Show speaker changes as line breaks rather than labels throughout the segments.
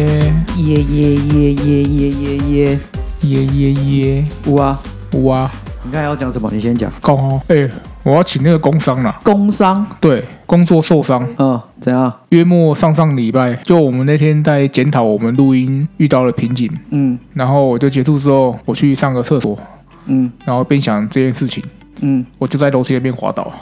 耶耶耶耶耶耶耶！
耶耶耶，
五啊！
我啊，
你刚才要讲什么？你先讲。
高哦，哎、我要请那个工伤啦，
工伤，
对，工作受伤，
嗯，怎样？
约莫上上礼拜，就我们那天在检讨我们录音遇到了瓶颈，
嗯
然后我就结束之后，我去上个厕所，
嗯
然后边想这件事情，
嗯，
我就在楼梯那边滑 倒。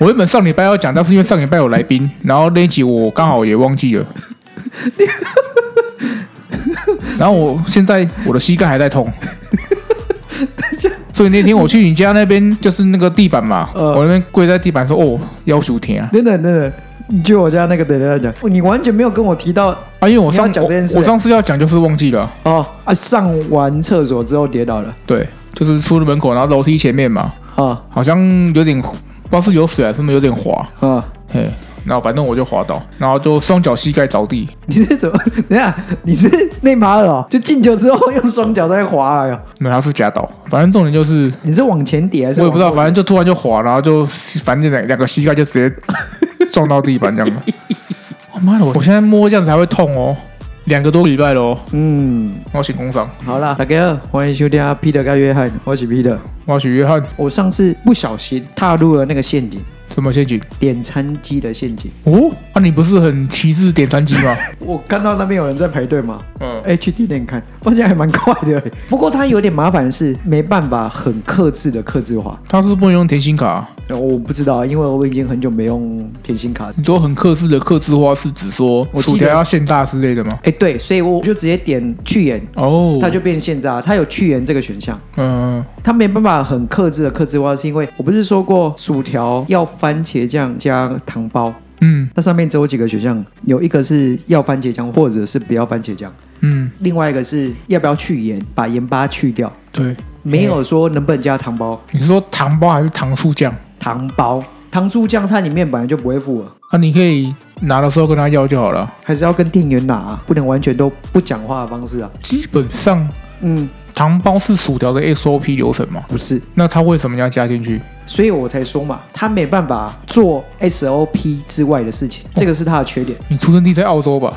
我原本上礼拜要讲，但是因为上礼拜有来宾，然后那一集我刚好也忘记了。然后我现在我的膝盖还在 痛，所以那天我去你家那边就是那个地板嘛，
呃
我那边跪在地板说：“哦，腰酸疼啊
等等等等，你去我家那个等等等等，你完全没有跟我提到！”
啊，因为我
你
上
要讲
我
这件事
我上次要讲就是忘记了，
哦啊！上完厕所之后跌倒了
对，就是出了门口，然后楼梯前面嘛，
啊
好像有点不知道是有水还是没有点滑，
啊！
嘿，然后反正我就滑倒，然后就双脚膝盖着地，
你是怎么？ 等一下你是内马尔哦？就进球之后用双脚在滑了哟？
没有他是假倒，反正重点就是
你是往前跌还是？
我也不知道，。反正就突然就滑，然后就反正两两个膝盖就直接撞到地板这样。我、妈的，我我现在摸这样子还会痛哦，两个多礼拜了哦，
嗯，
我要请工伤，
好啦，大家好，欢迎收听 Peter 跟约翰，我是 Peter。
我要请约翰，
我上次不小心踏入了那个陷阱，
什么陷阱？
点餐机的陷阱。
哦，啊，你不是很歧视点餐机吗？
我看到那边有人在排队嘛，
嗯，
哎，去点点看，发现还蛮快的。不过它有点麻烦的是，没办法很克制的克制化。
他是不能用甜心卡、
呃我不知道，因为我已经很久没用甜心卡。
你说很克制的克制化是指说
我记得
薯条要现大之类的吗？
哎，对，所以我就直接点去盐，
哦，
它就变现榨。它有去盐这个选项，
嗯、
它没办法很克制的克制化，是因为我不是说过薯条要番茄酱加糖包，
嗯
那上面只有几个选项，有一个是要番茄酱，或者是不要番茄酱。
嗯，
另外一个是要不要去盐，把盐巴去掉，
对，
没有说能不能加糖包。
你是说糖包还是糖醋酱？
糖包、糖醋酱它里面本来就不会附了，
啊，你可以拿的时候跟他要就好了。
还是要跟店员拿、不能完全都不讲话的方式啊。
基本上
嗯，
糖包是薯条的 SOP 流程嘛，
不是，
那他为什么要加进去？
所以我才说嘛，他没办法做 SOP 之外的事情，这个是他的缺点，
你出生地在澳洲 吧？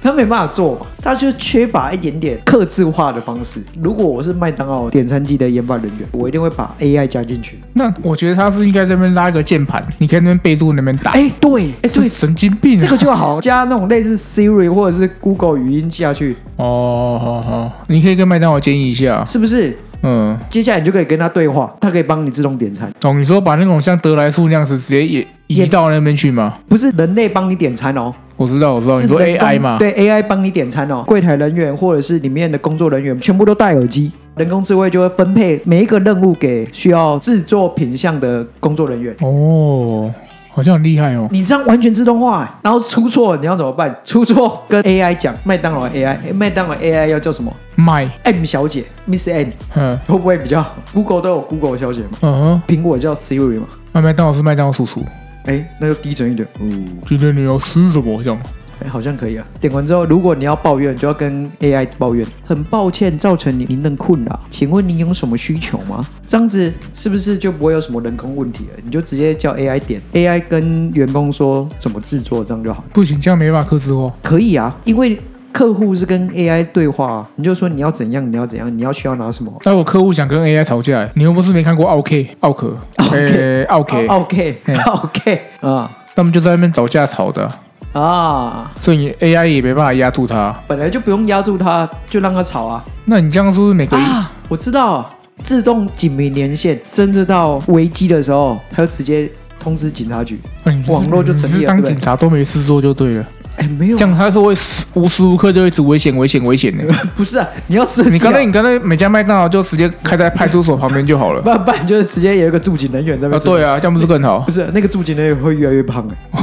他没办法做嘛，他就缺乏一点点克制化的方式。如果我是麦当劳点餐机的研发人员，我一定会把 AI 加进去。
那我觉得他是应该这边拉一个键盘，你可以那边备注那边打。
哎、对，哎、
是
对。
神经病、啊！
这个就好，加那种类似 Siri 或者是 Google 语音下去，
哦，好好，你可以跟麦当劳建议一下。
是不是？
嗯，
接下来你就可以跟他对话，他可以帮你自动点餐，
哦，你说把那种像德莱树那样子直接移移
也
到那边去吗？
不是人类帮你点餐哦，
我知道，我知道，
是
你说
人工
AI 嘛？，
对 AI 帮你点餐哦，柜台人员或者是里面的工作人员全部都戴耳机，人工智慧就会分配每一个任务给需要制作品项的工作人员。
哦，好像很厉害哦。
你这样完全自动化、欸然后出错你要怎么办？出错跟 AI 讲，麦当劳 AI，诶麦当劳 AI 要叫什么
卖，
？M 小姐，Miss M
嗯
会不会比较好？Google 都有 Google 小姐嘛，
嗯哼，
苹果叫 Siri 嘛，
麦麦当劳是麦当劳叔叔。
哎，那就低准一点，嗯。
今天你要吃什么？这样
哎，好像可以啊。点完之后，如果你要抱怨，就要跟 AI 抱怨。很抱歉造成你您的困扰，请问您有什么需求吗？这样子是不是就不会有什么人工问题了？你就直接叫 AI 点，AI 跟员工说怎么制作，这样就好了。
不行，这样没办法克制哦。
可以啊，因为客户是跟 AI 对话、啊，你就说你要怎样，你要怎样，你要需要拿什么。
那我客户想跟 AI 吵架，你又不是没看过奥 K 奥可
OK
奥 K，
啊 OK
嗯
OK 啊
他们就在那边找架吵的，
啊，
所以你 AI 也没办法压住他。
本来就不用压住它，就让它吵啊。
那你这样是不是每个
啊，我知道，自动警民连线，真正到危机的时候，他就直接通知警察局。
那你是
网络就成立了
你
对
是当
不对
警察都没事做就对了。
哎，没有
这，样他是会时无时无刻就一直危险危险危 险的。
不是啊，你要设计啊、
你刚才你刚才每家麦当劳就直接开在派出所旁边就 好了。
不然不然就是直接有一个驻警人员在那
啊，
边设计、
对啊，这样不是更好
不？是那个驻警人员会越来越胖哎、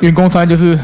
员工餐 就是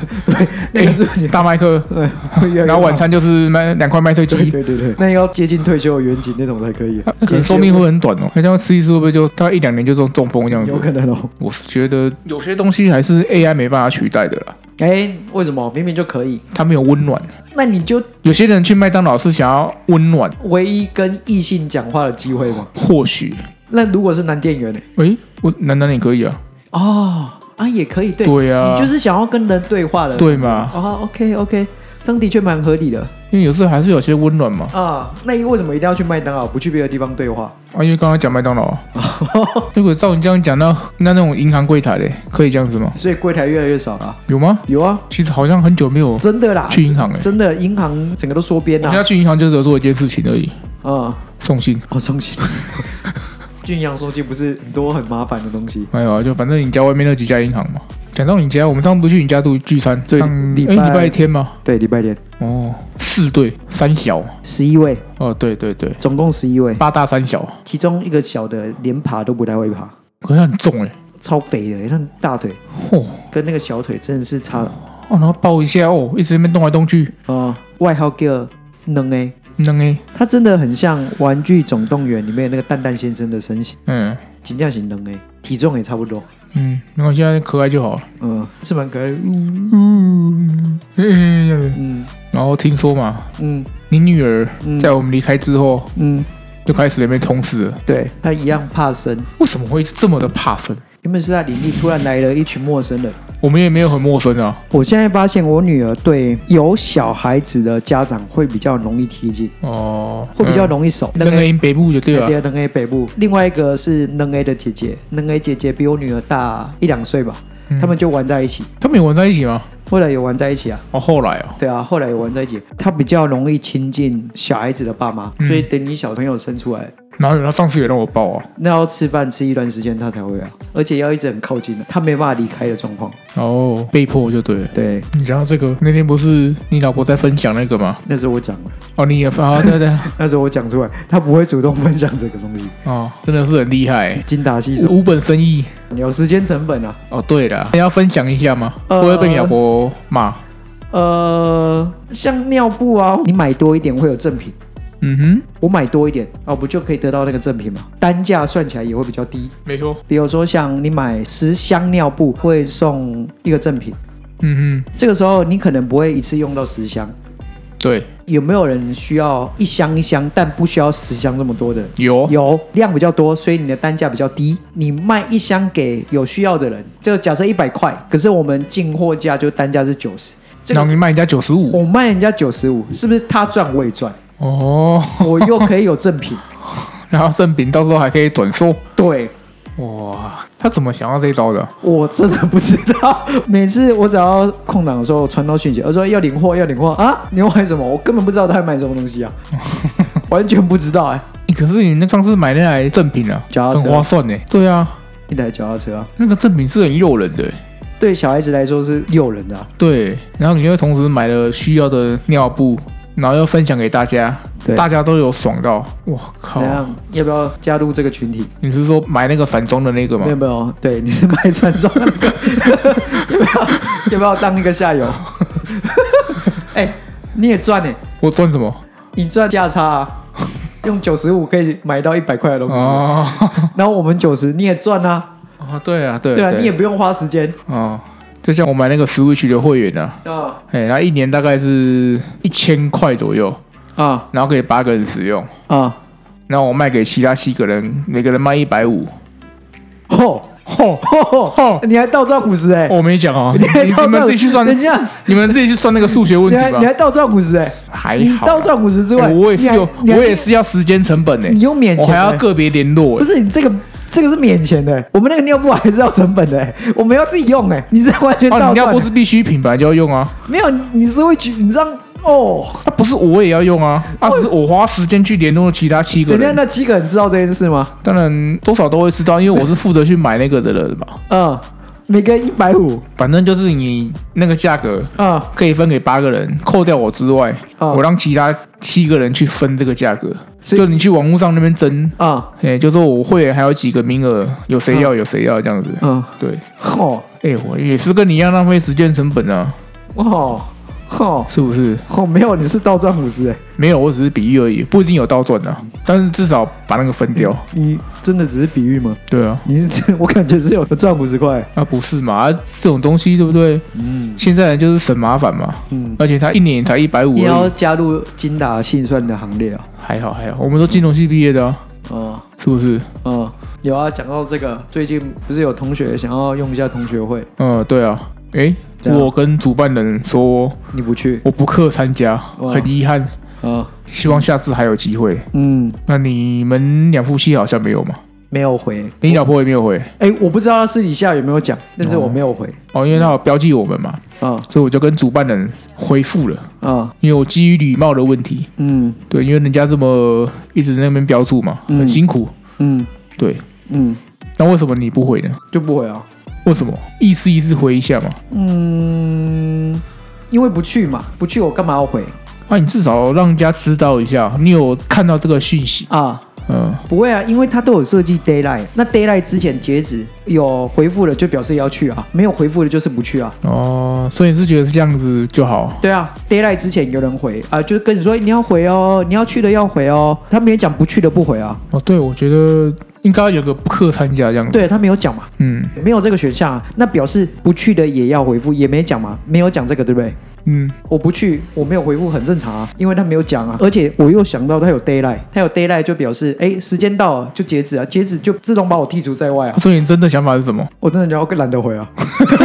那个驻
哎
警
大麦克，
对，会越来越胖
然后晚。餐就是麦两块麦脆
对
鸡，
对对对，那要接近退休的远景那种才可以、啊
啊，那可能寿命会很短哦。那这样吃一次会不会就大概一两年就中中风这样子
有？可能哦。
我是觉得有些东西还是 AI 没办法取代的啦，
哎，为什么明明就可以？
它没有温暖。
那你就
有些人去麦当劳是想要温暖，
唯一跟异性讲话的机会嘛。
或许，
那如果是男店员呢？
诶，我男男也可以啊，
哦，啊，也可以对，
对啊
你就是想要跟人对话的，
对嘛？
啊，OK OK，这样的确蛮合理的
因为有时候还是有些温暖嘛。
啊。那你为什么一定要去麦当劳，不去别的地方对话？
啊，因为刚刚讲麦当劳 啊，如果照你这样讲，那那那种银行柜台嘞，可以这样子吗？
所以柜台越来越少了。
有吗？
有啊，
其实好像很久没有
真的啦，
去银行哎、欸，
真的啊银行整个都缩编
我
了
们要去银行就只有做一件事情而已，
啊。
送信。
好松信，俊阳松信不是很多很麻烦的东西。
没有啊，就反正你家外面那几家银行嘛。讲到你家，我们上次不是去你家度聚餐，
对
上
礼
哎
拜
礼拜天嘛，
对，礼拜天
哦，四对三小，
十一位，
哦对对对，
总共十一位，
八大三小，
其中一个小的连爬都不太会爬，
可是很重哎、
超肥的，那大腿
哦
跟那个小腿真的是差了。
哦，然后抱一下哦，一直在那边动来动去，
哦，外号叫能 A，
能哎，
他真的很像《玩具总动员》里面那个蛋蛋先生的身形，
嗯
金匠型能 A，体重也差不多，
嗯，然后现在可爱就好了，
嗯，是蛮可爱的，
嗯嗯，这样子
嗯
然后听说嘛，
嗯
你女儿
嗯
在我们离开之后
嗯，
就开始在那边通事了，
对他一样怕生，
为什么会这么的怕生？
原本是在林地，突然来了一群陌生人。
我们也没有很陌生啊，
我现在发现，我女儿对有小孩子的家长会比较容易贴近，
哦，
会比较
嗯
容易熟。
那个因北部就对了
第，二能 A 北部，另外一个是能 A 的姐姐，能 A 姐姐比我女儿大一两岁吧，
嗯
他们就玩在一起，
他们有玩在一起吗？
后来也玩在一起啊。
哦，后来哦，
对啊，后来也玩在一起，她比较容易亲近小孩子的爸妈，
嗯
所以等你小朋友生出来，
然后有他上次也让我抱啊，
那要吃饭吃一段时间，她才会啊，而且要一直很靠近的，她没办法离开的状况。
然后哦被迫就对了。
对，
你讲到这个，那天不是你老婆在分享那个吗？
那时候我讲了，
哦，你也发、 啊，对对，
那时候我讲出来，她不会主动分享这个东西，
哦，真的是很厉害，
精打细算。
无本生意。
有时间成本啊。
哦，对了，你要分享一下吗？
呃
不会被你老婆骂？
呃，像尿布啊，你买多一点会有赠品，
嗯哼，
我买多一点啊，不就可以得到那个赠品吗？单价算起来也会比较低。
没错。
比如说像你买十箱尿布会送一个赠品，
嗯
这个时候你可能不会一次用到十箱。
哼，对，
有没有人需要一箱一箱，但不需要十箱这么多的？
有
有量比较多，所以你的单价比较低。你卖一箱给有需要的人，就假设一百块，可是我们进货价就单价是九十，这个
然后你卖人家九十五。
我卖人家九十五，是不是他赚我也赚，
哦，
我又可以有赠品？
然后赠品到时候还可以转售。
对
哇，他怎么想到这一招的？
我真的不知道，每次我只要空档的时候传到讯息，我说要领货要领货啊，你要买什么？我根本不知道他在买什么东西啊，完全不知道哎、
欸可是你那上次买那台赠品啊，
脚踏
很
车
划算呢。对啊，
一台脚踏车啊，
那个赠品是很诱人的欸。
对小孩子来说是诱人的、啊，
对，然后你又同时买了需要的尿布，然后又分享给大家，
对
大家都有爽到。我靠
怎！样？要不要加入这个群体？
你是说买那个散装的那个吗
没？有没有，对，啊你是卖散装的， 要不要要不要当一个下 游？哎、你也赚哎、
我赚什 么？
你赚价差、啊，用九十五可以买到一百块的东西，
哦，
然后我们九十你也赚啊，
哦，对啊，对
对啊，你也不用花时间
哦，就像我买那个 Switch 的会员啊，
啊
哎，它一年大概是一千块左右，
啊
然后给八个人使用，
啊！
然后我卖给其他七个人，每个人卖一百五。
吼
吼，
吼吼，你还倒赚五十哎，
我没讲 哦，
你还
你
倒
你们
赚
自己去算，
等一下，
你们自己去算那个数学问
你
题
还你
吧。
还倒赚五十哎，
还
你
好啦，
倒赚五十之外，
欸我也是
你还
有，
你还
我也是要时间成本呢、
你用免
我
钱
还要
欸
个别联络、
不
欸。
是你这个这个是免钱的欸，我们那个尿布还是要成本的欸，我们要自己用哎，你是完全
啊，
倒
你尿
赚
布，是必需品，本来就要用啊。
没有你是会举你这样哦。
啊，不是我也要用啊，啊，只是我花时间去联络其他七个
等一下，
人。
哦那七个人知道这件事吗？
当然多少都会知道，因为我是负责去买那个的人嘛。
嗯，每个一百五，
反正就是你那个价格
嗯
可以分给八个人，扣掉我之外，
哦
我让其他七个人去分这个价格。
所以
就你去网络上那边争，
嗯
哎、就说我会员还有几个名额，有谁
哦
要有谁要这样子。
嗯，
对，
吼
哎、我也是跟你一样浪费时间成本啊，
吼吼
是不是？
吼，哦没有，你是倒赚五十哎，
没有，我只是比喻而已，不一定有倒转啊，但是至少把那个分掉。
你真的只是比喻吗？
对啊，
你是 我感觉是有赚五十块，
啊不是嘛，啊这种东西对不对？
嗯
现在人就是省麻烦嘛，
嗯，
而且他一年才一百五
你要
而已，
加入精打细算的行列啊，
还好还好，我们都金融系毕业的、啊，
哦
是不是？
哦，有啊，讲到这个，最近不是有同学想要用一下同学会，
嗯，对啊，诶，
这样
我跟主办人说
你不去
我不克参加，
哇
很遗憾，
啊？
希望下次还有机会。
嗯，
那你们两夫妻好像没有嘛？
没有回。
你老婆也没有回
哎、我不知道他私底下有没有讲，但是我没有回。
哦，因为她有标记我们嘛，
啊
所以我就跟主办人回复了，
啊
因为我基于礼貌的问题，
嗯
对，因为人家这么一直在那边标注嘛，
嗯
很辛苦，
嗯
对。
嗯，
那为什么你不回呢？
就不回啊。
为什么？意思意思回一下嘛。
嗯，因为不去嘛，不去我干嘛要回
啊，你至少让人家知道一下，你有看到这个讯息，
啊？
嗯，
不会啊，因为他都有设计 d a y l i g h t 那 d a y l i g h t 之前截止有回复了，就表示要去啊；没有回复的，就是不去啊。
哦，所以你是觉得是这样子就好，
对啊 d a y l i g h t 之前有人回啊、就是跟你说你要回哦，你要去的要回哦，他没有讲不去的不回啊。
哦，对，我觉得应该有个不客参加这样子，
对他没有讲嘛，
嗯
没有这个选项、啊，那表示不去的也要回复，也没讲嘛，没有讲这个对不对？
嗯，
我不去，我没有回复很正常啊，因为他没有讲啊，而且我又想到他有 d a y l i g h t 他有 d a y l i g h t 就表示哎时间到了就截止啊，截止就自动把我剔除在外啊，
所以你真的想法是什么？
我真的就要更懒得回啊。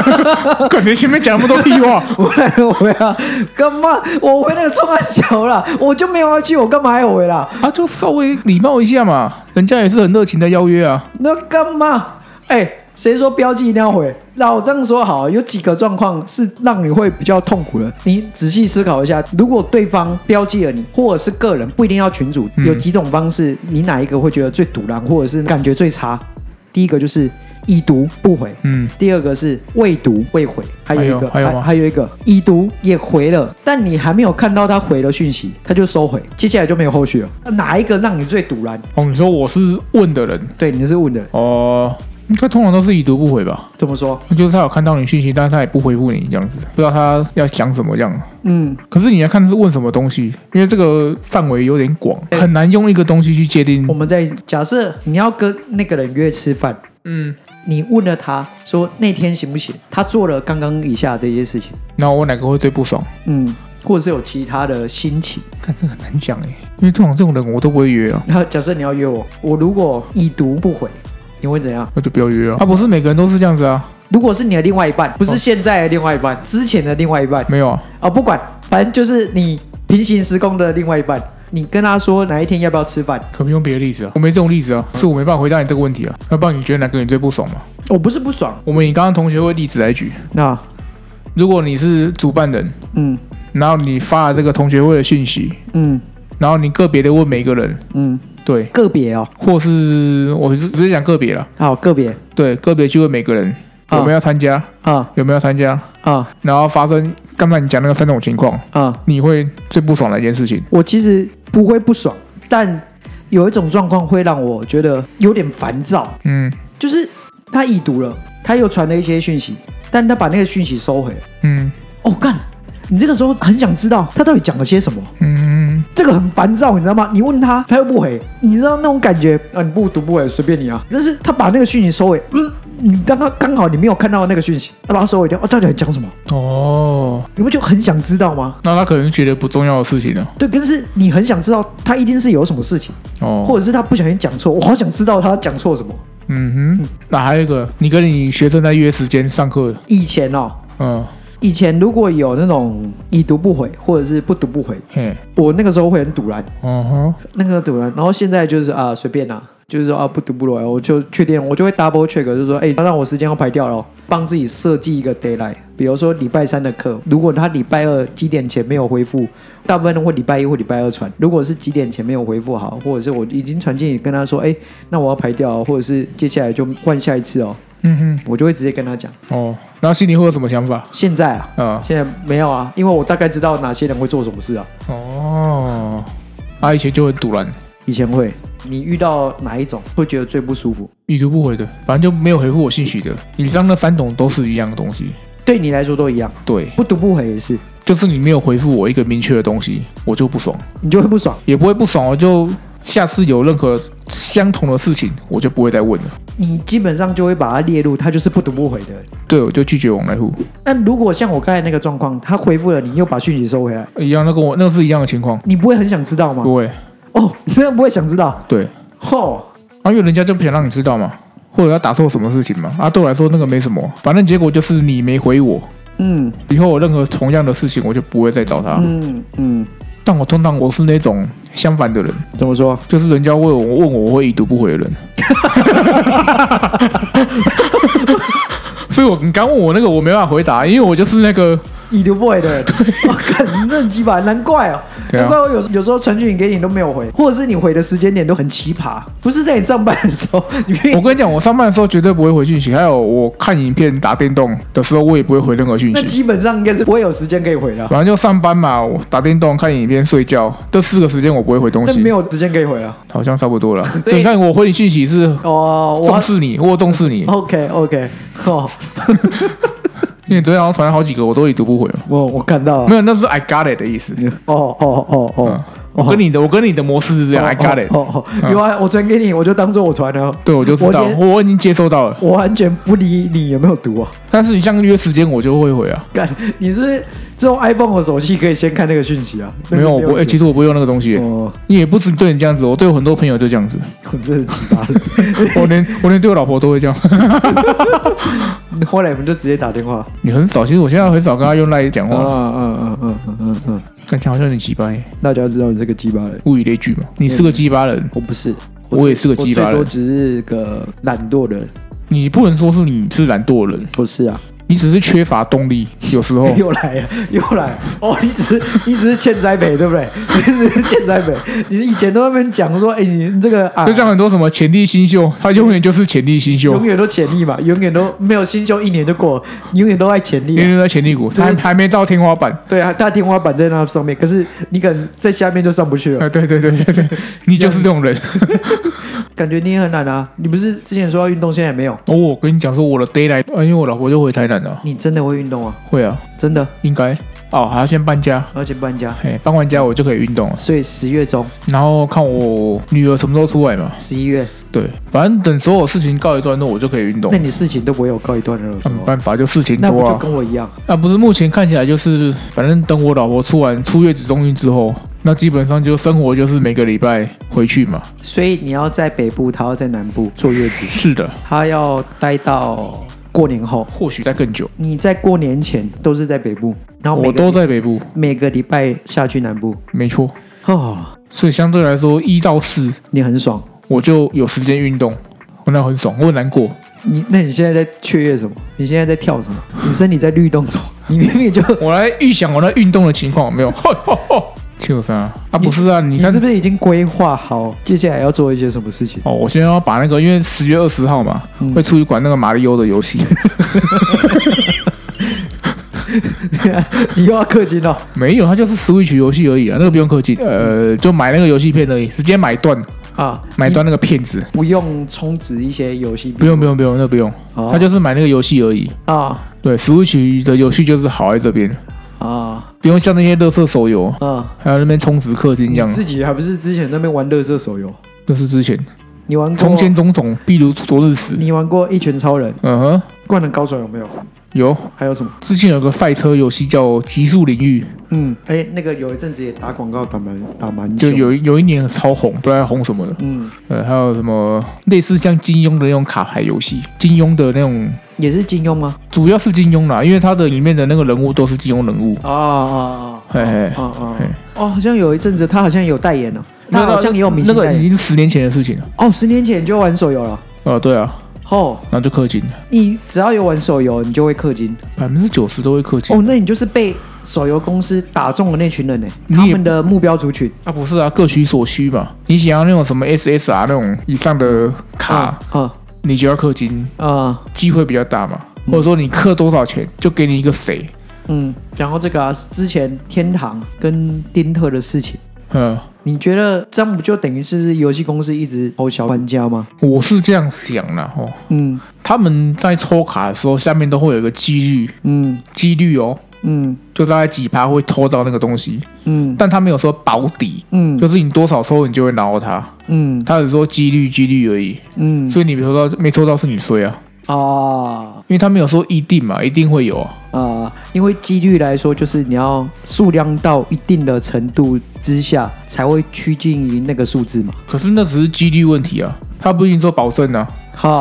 感觉前面讲那么多屁话，
我来我回啊，干嘛？我回那个冲啊小啦，我就没有要去，我干嘛要回啦？
啊，就稍微礼貌一下嘛，人家也是很热情的邀约啊，
那干嘛？哎、谁说标记一定要回？老这样说好，有几个状况是让你会比较痛苦的。你仔细思考一下，如果对方标记了你，或者是个人，不一定要群主，
嗯
有几种方式，你哪一个会觉得最堵然，或者是感觉最差？第一个就是已读不回，
嗯，
第二个是未读未回，还有一个
还有还有吗
还有一个已读也回了，但你还没有看到他回的讯息，他就收回，接下来就没有后续了。那哪一个让你最堵然？
哦，你说我是问的人，
对，你是问的，
哦、应该通常都是已读不回吧，
怎么说？
就是他有看到你讯息，但是他也不回复你这样子，不知道他要想什么这样。
嗯，
可是你要看是问什么东西，因为这个范围有点广，
哎
很难用一个东西去界定
我。们在假设你要跟那个人约吃饭，
嗯，
你问了他说那天行不行，他做了刚刚以下这些事情，
那我哪个会最不爽？
嗯，或者是有其他的心情。
看这个很难讲哎，因为通常这种人我都不会约啊，
然后假设你要约我，我如果已读不回，你会怎样？
那就不要约啊。啊，不是每个人都是这样子啊，
如果是你的另外一半，不是现在的另外一半，之前的另外一半啊、
没有啊，
不管，反正就是你平行时空的另外一半，你跟他说哪一天要不要吃饭，
可不用别的例子啊，我没这种例子啊，是我没办法回答你这个问题啊。要不然你觉得哪个人最不爽嘛？
我不是不爽，
我们以刚刚同学会例子来举，
那
如果你是主办人，
啊嗯
然后你发了这个同学会的讯息，
嗯
然后你个别的问每一个人，
嗯，
对，
个别哦，
或是我是直接讲个别了，
好啊个别
对，个别就问每个人
啊
有没有要参加，
啊
有没有要参加，
啊
然后发生刚才你讲那个三种情况，
啊，
你会最不爽的一件事情，
我其实不会不爽，但有一种状况会让我觉得有点烦躁，
嗯
就是他已读了，他又传了一些讯息，但他把那个讯息收回了，
嗯
哦干，你这个时候很想知道他到底讲了些什么。
嗯，
这个很烦躁，你知道吗？你问他，他又不回，你知道那种感觉啊？你不读不回，随便你啊。但是他把那个讯息收回，嗯，你刚刚刚好你没有看到那个讯息，他把它收回掉，哦，到底在讲什么？
哦，
你不就很想知道吗？
那他可能觉得不重要的事情啊呢，
对，但是你很想知道他一定是有什么事情，
哦，
或者是他不小心讲错，我好想知道他讲错什么。
嗯哼，那还有一个，你跟你学生在约时间上课，
以前哦，
嗯，
以前如果有那种已读不回，或者是不读不回，
嘿，
我那个时候会很堵然，
哦哈，
那个堵然。然后现在就是啊，随便啦、就是说啊，不读不回，我就确定，我就会 double check，就是说，哎、让我时间要排掉了，帮自己设计一个 d a y l i g h t 比如说礼拜三的课，如果他礼拜二几点前没有回复，大部分都会礼拜一或礼拜二传。如果是几点前没有回复好，或者是我已经传进去跟他说，哎、那我要排掉哦，或者是接下来就换下一次哦，
嗯
我就会直接跟他讲。
哼，哦，然后心里会有什么想法？
现在啊，
啊、
现在没有啊，因为我大概知道哪些人会做什么事啊。
哦，他以前就很堵然，
以前会，你遇到哪一种会觉得最不舒服？
已读不回的，反正就没有回复我信息的，以上那三种都是一样的东西，
对你来说都一样，
对，
不读不回也是，
就是你没有回复我一个明确的东西，我就不爽。
你就会不爽。
也不会不爽，我就下次有任何相同的事情，我就不会再问了。
你基本上就会把它列入，它就是不读不回的。
对，我就拒绝往来户，
那如果像我刚才那个状况，他回复了你，又把讯息收回来，
一样，那跟我那是一样的情况，
嗯你不会很想知道吗？
不会，
哦，你真的不会想知道。
对，
吼、
啊，因为人家就不想让你知道嘛，或者他打错什么事情嘛。啊，对我来说那个没什么，反正结果就是你没回我，
嗯
以后有任何同样的事情我就不会再找他。
嗯嗯，
但我通常我是那种相反的人，
怎么说？
就是人家问我问我，我会已读不回的人。 所以我你刚问我那个，我没办法回答，因为我就是那个
已读不回的人，我 靠，你这很鸡巴，难怪哦、
对啊
难怪我有有时候传讯息给你都没有回，或者是你回的时间点都很奇葩，不是在你上班的时候，你
我跟你讲，我上班的时候绝对不会回讯息，还有我看影片、打电动的时候，我也不会回任何讯
那
息。
基本上应该是不会有时间可以回了，
反正就上班嘛，我打电动、看影片、睡觉，这四个时间我不会回东
那没
西，
有时间可以回啊了。
好像差不多了。
对
你看我回你讯息是
哦，
重
我
视你，我有重视你，
OK OK，哦，
因为昨天好像传了好几个，我都已读不回了。
我我看到了
没，有，那是 I got it 的意思。
哦哦哦
嗯
哦，
我跟你的，我跟你的模式是这样，I got it。
哦哦，有啊，我传给你，我就当做我传了，
对，我就知道，
我连
我我已经接收到了。
我完全不理你有没有读啊。
但是你像约时间，我就会回啊。
干，你是这种 iPhone 的手机可以先看那个讯息啊？
没有，我不，哎，
去
其实我不会用那个东西。
哦，
你也不止对你这样子，我对我很多朋友就这样 子。
我真的奇葩
我连我连对我老婆都会这样。
了。后来我们就直接打电话。
你很少，其实我现在很少跟他用赖讲话，
嗯嗯嗯嗯嗯嗯，
感觉好像有点鸡巴耶，欸
大家知道你是个鸡巴人，
物以类聚嘛。你是个鸡巴人，
我不是，
我也是个鸡巴
嗯我最多
人。
只是个懒惰人，
你不能说是你是懒惰人，
不是啊，
你只是缺乏动力。有时候
又来了又来了哦，你只是你只是欠栽培对不对？你只是欠栽培，你以前都在那边讲说，哎，你你这个啊
就，像很多什么潜力新秀，他永远就是潜力新秀，
永远都潜力嘛，永远都没有新秀一年就过，永远都在潜力啊
年。年在潜力股，他还还没到天花板。
对啊，它天花板在那上面，可是你可能在下面就上不去了，
啊，对对对对对，你就是这种人。
感觉你也很难啊。你不是之前说要运动，现在也没有，
哦，我跟你讲说我的 d a y l i g h t 因为我老婆就回台南了，
你真的会运动啊？
会啊，
真的，
应该哦，还要先搬家，
而且搬家，
嘿，搬完家我就可以运动了，
所以十月中、
然后看我女儿什么时候出来嘛，
十一月，
对，反正等所有事情告一段落，我就可以运动
那。你事情都不会有告一段落的时
那没
候，
办法，就事情
那不
多
就
啊。
跟我一样？
啊，不是，目前看起来就是，反正等我老婆出完出月子中心之后，那基本上就生活就是每个礼拜回去嘛。
所以你要在北部，他要在南部坐月子，
是的，
他要待到过年后。
或许再更久，
你在过年前都是在北部，然后每
我
个
都在北部，
每个礼拜下去南部，
没错。
哦，
所以相对来说，一到四
你很爽。
我就有时间运动，我那很爽，我很难过。
你那你现在在雀跃什么？你现在在跳什么？你身体在律动中，你明明就
我来预想我那运动的情况，有没有？ 就是啊，啊不是啊，你
你
看
是不是已经规划好接下来要做一些什么事情？
哦，我现在要把那个，因为十月二十号嘛，
嗯
会出一款那个马里欧的游戏，
你又要氪金了？
没有，它就是 Switch 游戏而已啊，那个不用氪金，呃，就买那个游戏片而已，直接买断，
啊，
买断那个片子，
不用充值一些游戏币，
不用不用不用，那个不用，
哦
它就是买那个游戏而已。
啊
对，Switch 的游戏就是好在这边，
啊
不用像那些乐色手游，
啊！
还有那边充值氪金这
你
样，
自己还不是之前那边玩乐色手游？
这是之前
你玩过
从？前种种，譬如昨日死，
你玩过一拳超人、
嗯哼，
灌篮高手有没有？
有。
还有什么？
之前有个赛车游戏叫《极速领域
嗯，哎、那个有一阵子也打广告打蛮打蛮》，
就
久
有一有一年超红，不知道在红什么的。
嗯，
呃，还有什么类似像金庸的那种卡牌游戏，金庸的那种，
也是金庸吗？
主要是金庸啦，因为它的里面的那个人物都是金庸人物。
啊啊啊！
嘿嘿，
啊啊
嘿！
哦，好像有一阵子他好像有代言了，他好像也有明
那
星代
个已
言。
经十年前的事情了。
哦，十年前你就玩手游了。
哦，对啊，
哦，
然后就氪金了，
你只要有玩手游，你就会氪金。
百分之九十都会氪金。
哦，那你就是被手游公司打中的那群人呢，欸
你
他
也
们的目标族群。
啊，不是啊，各取所需嘛。你想要那种什么 SSR 那种以上的卡，
啊
你就要氪金，
啊啊
机会比较大嘛。或者说你氪多少钱，就给你一个谁。
嗯，然后这个啊，之前天堂跟丁特的事情。
嗯，
你觉得这样不就等于是游戏公司一直偷小玩家吗？
我是这样想啦，哦，
嗯
他们在抽卡的时候，下面都会有一个几率，
嗯
几率哦，
嗯
就大概几趴会抽到那个东西，
嗯
但他没有说保底，
嗯
就是你多少抽你就会拿到它，
嗯
他只说几率几率而已，
嗯
所以你没抽到没抽到是你衰啊，
啊
因为他没有说一定嘛，一定会有啊，
啊，因为几率来说，就是你要数量到一定的程度之下，才会趋近于那个数字嘛。
可是那只是几率问题啊，它不一定做保证啊，
哈，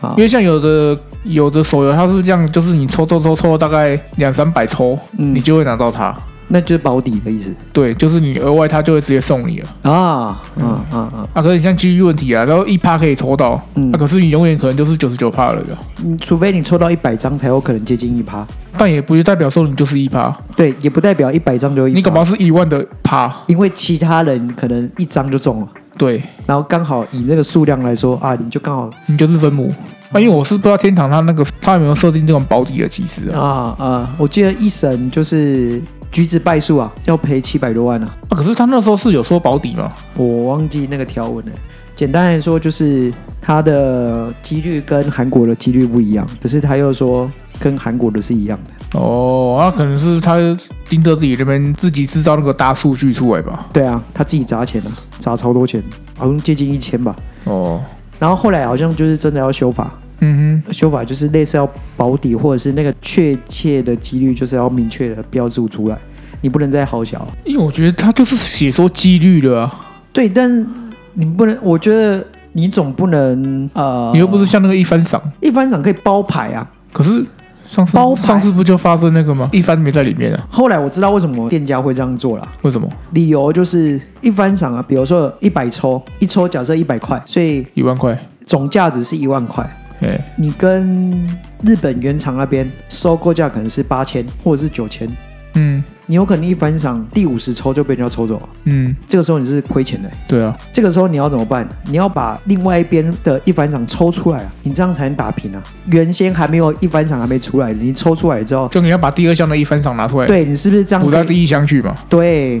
好
因，为像有的有的手游它是这样，就是你抽抽抽抽大概两三百抽，
嗯
你就会拿到它。
那就是保底的意思
对，就是你额外它就会直接送你了
啊，嗯啊啊，
啊。可是你像几率问题啊，然后一趴可以抽到，
嗯
啊，可是你永远可能就是九十九趴啊了呀。
嗯除非你抽到一百张才有可能接近一趴，
但也不是代表说你就是一趴，
对，也不代表一百张就有一趴，
你搞不好是一万的趴。
因为其他人可能一张就中了，
对，
然后刚好以那个数量来说啊，你就刚好
你就是分母。啊，因为我是不知道天堂它那个它有没有设定这种保底的机制啊？
啊啊，我记得一审就是橘子败诉啊，要赔七百多万啊，
啊，可是他那时候是有说保底吗？
我忘记那个条文了。简单来说，就是它的几率跟韩国的几率不一样，可是他又说跟韩国的是一样的。
哦，那、可能是他丁特自己这边自己制造那个大数据出来吧。
对啊，他自己砸钱啊，砸超多钱，好像接近一千吧。
哦，
然后后来好像就是真的要修法，
嗯
修法就是类似要保底，或者是那个确切的几率，就是要明确的标注出来，你不能再好小。
哼，因为我觉得他就是写说几率的啊，
对，但是你不能，我觉得你总不能呃，
你又不是像那个一番赏，
一般赏可以包牌啊。
可是上次
包牌
上次不就发生那个吗？一番没在里面啊？
后来我知道为什么店家会这样做了，
为什么？
理由就是一番赏啊，比如说一百抽，一抽假设一百块，所以
一万块？
总价值是一万块。
哎、
你跟日本原厂那边收购价可能是八千或者是九千，
嗯
你有可能一翻赏第五十抽就被人家抽走了，啊
嗯，
这个时候你是亏钱的、欸
对啊，
这个时候你要怎么办？你要把另外一边的一翻赏抽出来啊，你这样才能打平啊。原先还没有一翻赏还没出来，你抽出来之后，
就你要把第二项的一番赏拿出来，
对你是不是这样
补到
可以？
第一项去嘛。
对，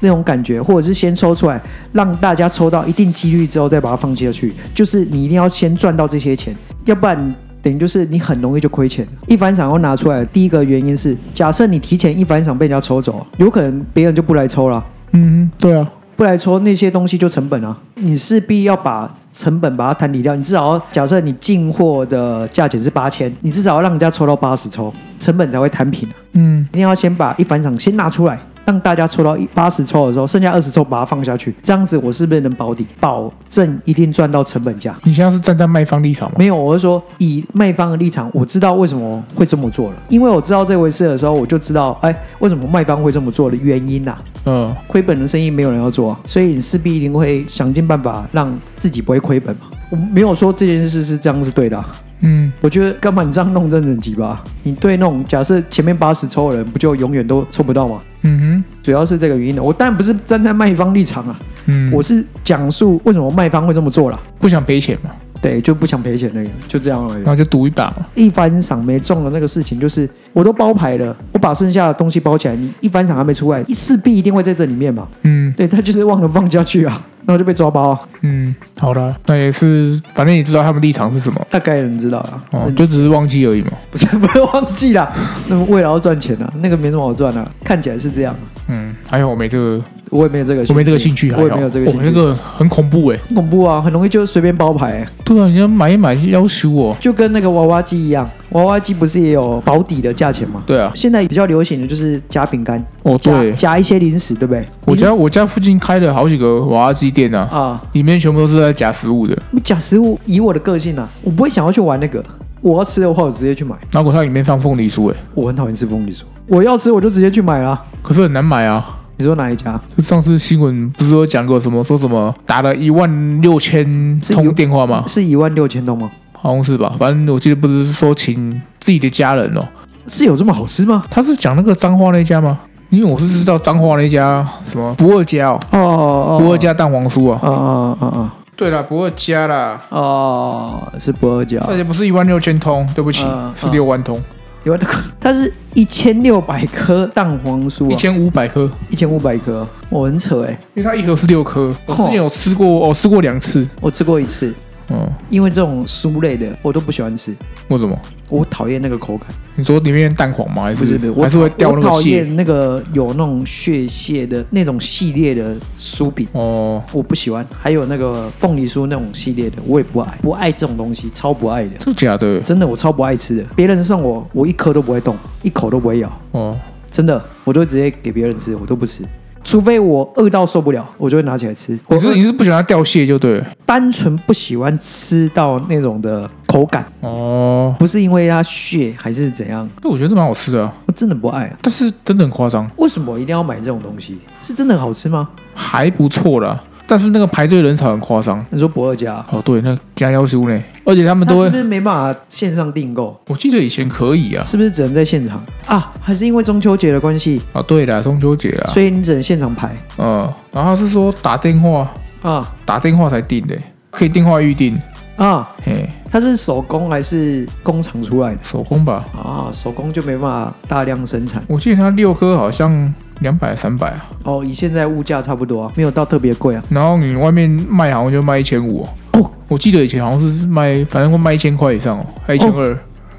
那种感觉，或者是先抽出来，让大家抽到一定几率之后再把它放下去，就是你一定要先赚到这些钱，要不然。等于就是你很容易就亏钱。一番赏要拿出来，第一个原因是，假设你提前一番赏被人家抽走，有可能别人就不来抽了，
嗯哼，对啊，
不来抽那些东西就成本啊，你势必要把成本把它摊底掉。你至少要假设你进货的价钱是八千，你至少要让人家抽到八十抽，成本才会摊平啊。
嗯
一定要先把一返场先拿出来，让大家抽到一八十抽的时候，剩下二十抽把它放下去，这样子我是不是能保底，保证一定赚到成本价？
你现在是站在卖方立场吗？
没有，我是说以卖方的立场，我知道为什么会这么做了，因为我知道这回事的时候，我就知道，哎，为什么卖方会这么做的原因啊呐、
嗯、
亏本的生意没有人要做啊，所以你势必一定会想尽办法让自己不会亏本嘛。我没有说这件事是这样是对的啊、
嗯，
我觉得干嘛你这样弄真整级吧？你对那种假设前面八十抽的人，不就永远都抽不到吗？
嗯
主要是这个原因啊的。我当然不是站在卖方立场啊，
哼，嗯，
我是讲述为什么卖方会这么做啦。
不想赔钱嘛，
对，就不想赔钱那个，就这样而已
然。后就赌一把嘛。
一番赏没中的那个事情，就是我都包牌了，我把剩下的东西包起来，你一番赏还没出来，势必一定会在这里面嘛。
嗯
对他就是忘了放下去啊，然后就被抓包、啊，
嗯，好啦，那也是，反正也知道他们立场是什么
大概能知道啊。
哦，就只是忘记而已嘛。
不是 不会忘记啦，那么为了要赚钱啊，那个没什么好赚啊，看起来是这样，
嗯，还有我没这个，
我也没有这个，
我没这个兴趣，还
我也没有这个
我
兴
们这
趣，
个很恐怖哎、
很恐怖啊，很容易就随便包牌欸、
对啊，人家买一买要哦求我。
就跟那个娃娃机一样，娃娃机不是也有保底的价钱吗？
对啊，
现在比较流行的就是夹饼干，
哦
夹
对，
夹一些零食，对不对？
我家我家附近开了好几个娃娃机店啊，
啊，
里面全部都是在假食物的。
你夹食物，以我的个性啊，我不会想要去玩那个。我要吃的话，我直接去买。
然后它里面放凤梨酥哎、
我很讨厌吃凤梨酥，我要吃我就直接去买啦。
可是很难买啊。
你说哪一家？
就上次新闻不是有讲过什么说什么打了一万六千
是有嗯
通电话吗？
是一万六千多吗？
好像是吧，反正我记得不是说请自己的家人哦，
是有这么好吃吗？
他是讲那个脏话那家吗？因为我是知道脏话那家什么不二家哦，
哦哦，
不二家蛋黄酥啊。
啊啊啊啊
对啦，不二家啦，
啊！哦，是不二家，
而且不是一万六千通，对不起，
嗯
是六万通，
有那个，它是一千六百颗蛋黄酥
一
啊，
千五百颗，
一千五百颗，我很扯哎、
因为它一盒是六颗。我
哦
之前有吃过，我、吃过两次。
我吃过一次，
嗯，
因为这种酥类的我都不喜欢吃，
为什么？
我讨厌那个口感，
你说里面蛋黄吗？还
不是不是，我
还是会
讨
掉那
我
个
讨
蟹？
厌那个有那种血蟹的那种系列的酥饼。
哦，
我不喜欢，还有那个凤梨酥那种系列的，我也不爱，不爱这种东西，超不爱的，
真假的？
真的我超不爱吃的。别人送我，我一颗都不会动，一口都不会咬，
哦，
真的，我都直接给别人吃，我都不吃。除非我饿到受不了，我就会拿起来吃。我
你是你是不喜欢它掉屑就对了。
单纯不喜欢吃到那种的口感，
哦，
不是因为它血还是怎样，
那我觉得这蛮好吃的啊、
我真的不爱、啊。
但是真的很夸张，
为什么我一定要买这种东西？是真的好吃吗？
还不错啦。但是那个排队人潮很夸张。
你说不二家啊，
哦，对，那加要求呢，而且他们
它
都
是
会
不，是没办法线上订购？
我记得以前可以啊。
是不是只能在现场啊？还是因为中秋节的关系，
啊，对啦，中秋节啦，
所以你只能现场排
嗯，然后他是说打电话，
啊
打电话才定的，可以电话预定，
啊？
嘿，
它是手工还是工厂出来的
手工吧。
啊？手工就没办法大量生产
我记得它六颗好像两百三百啊，
哦。以现在物价差不多啊，没有到特别贵啊。
然后你外面卖好像就卖一千五
哦
哦。我记得以前好像是卖，反正会卖一千块以上哦，还一千二。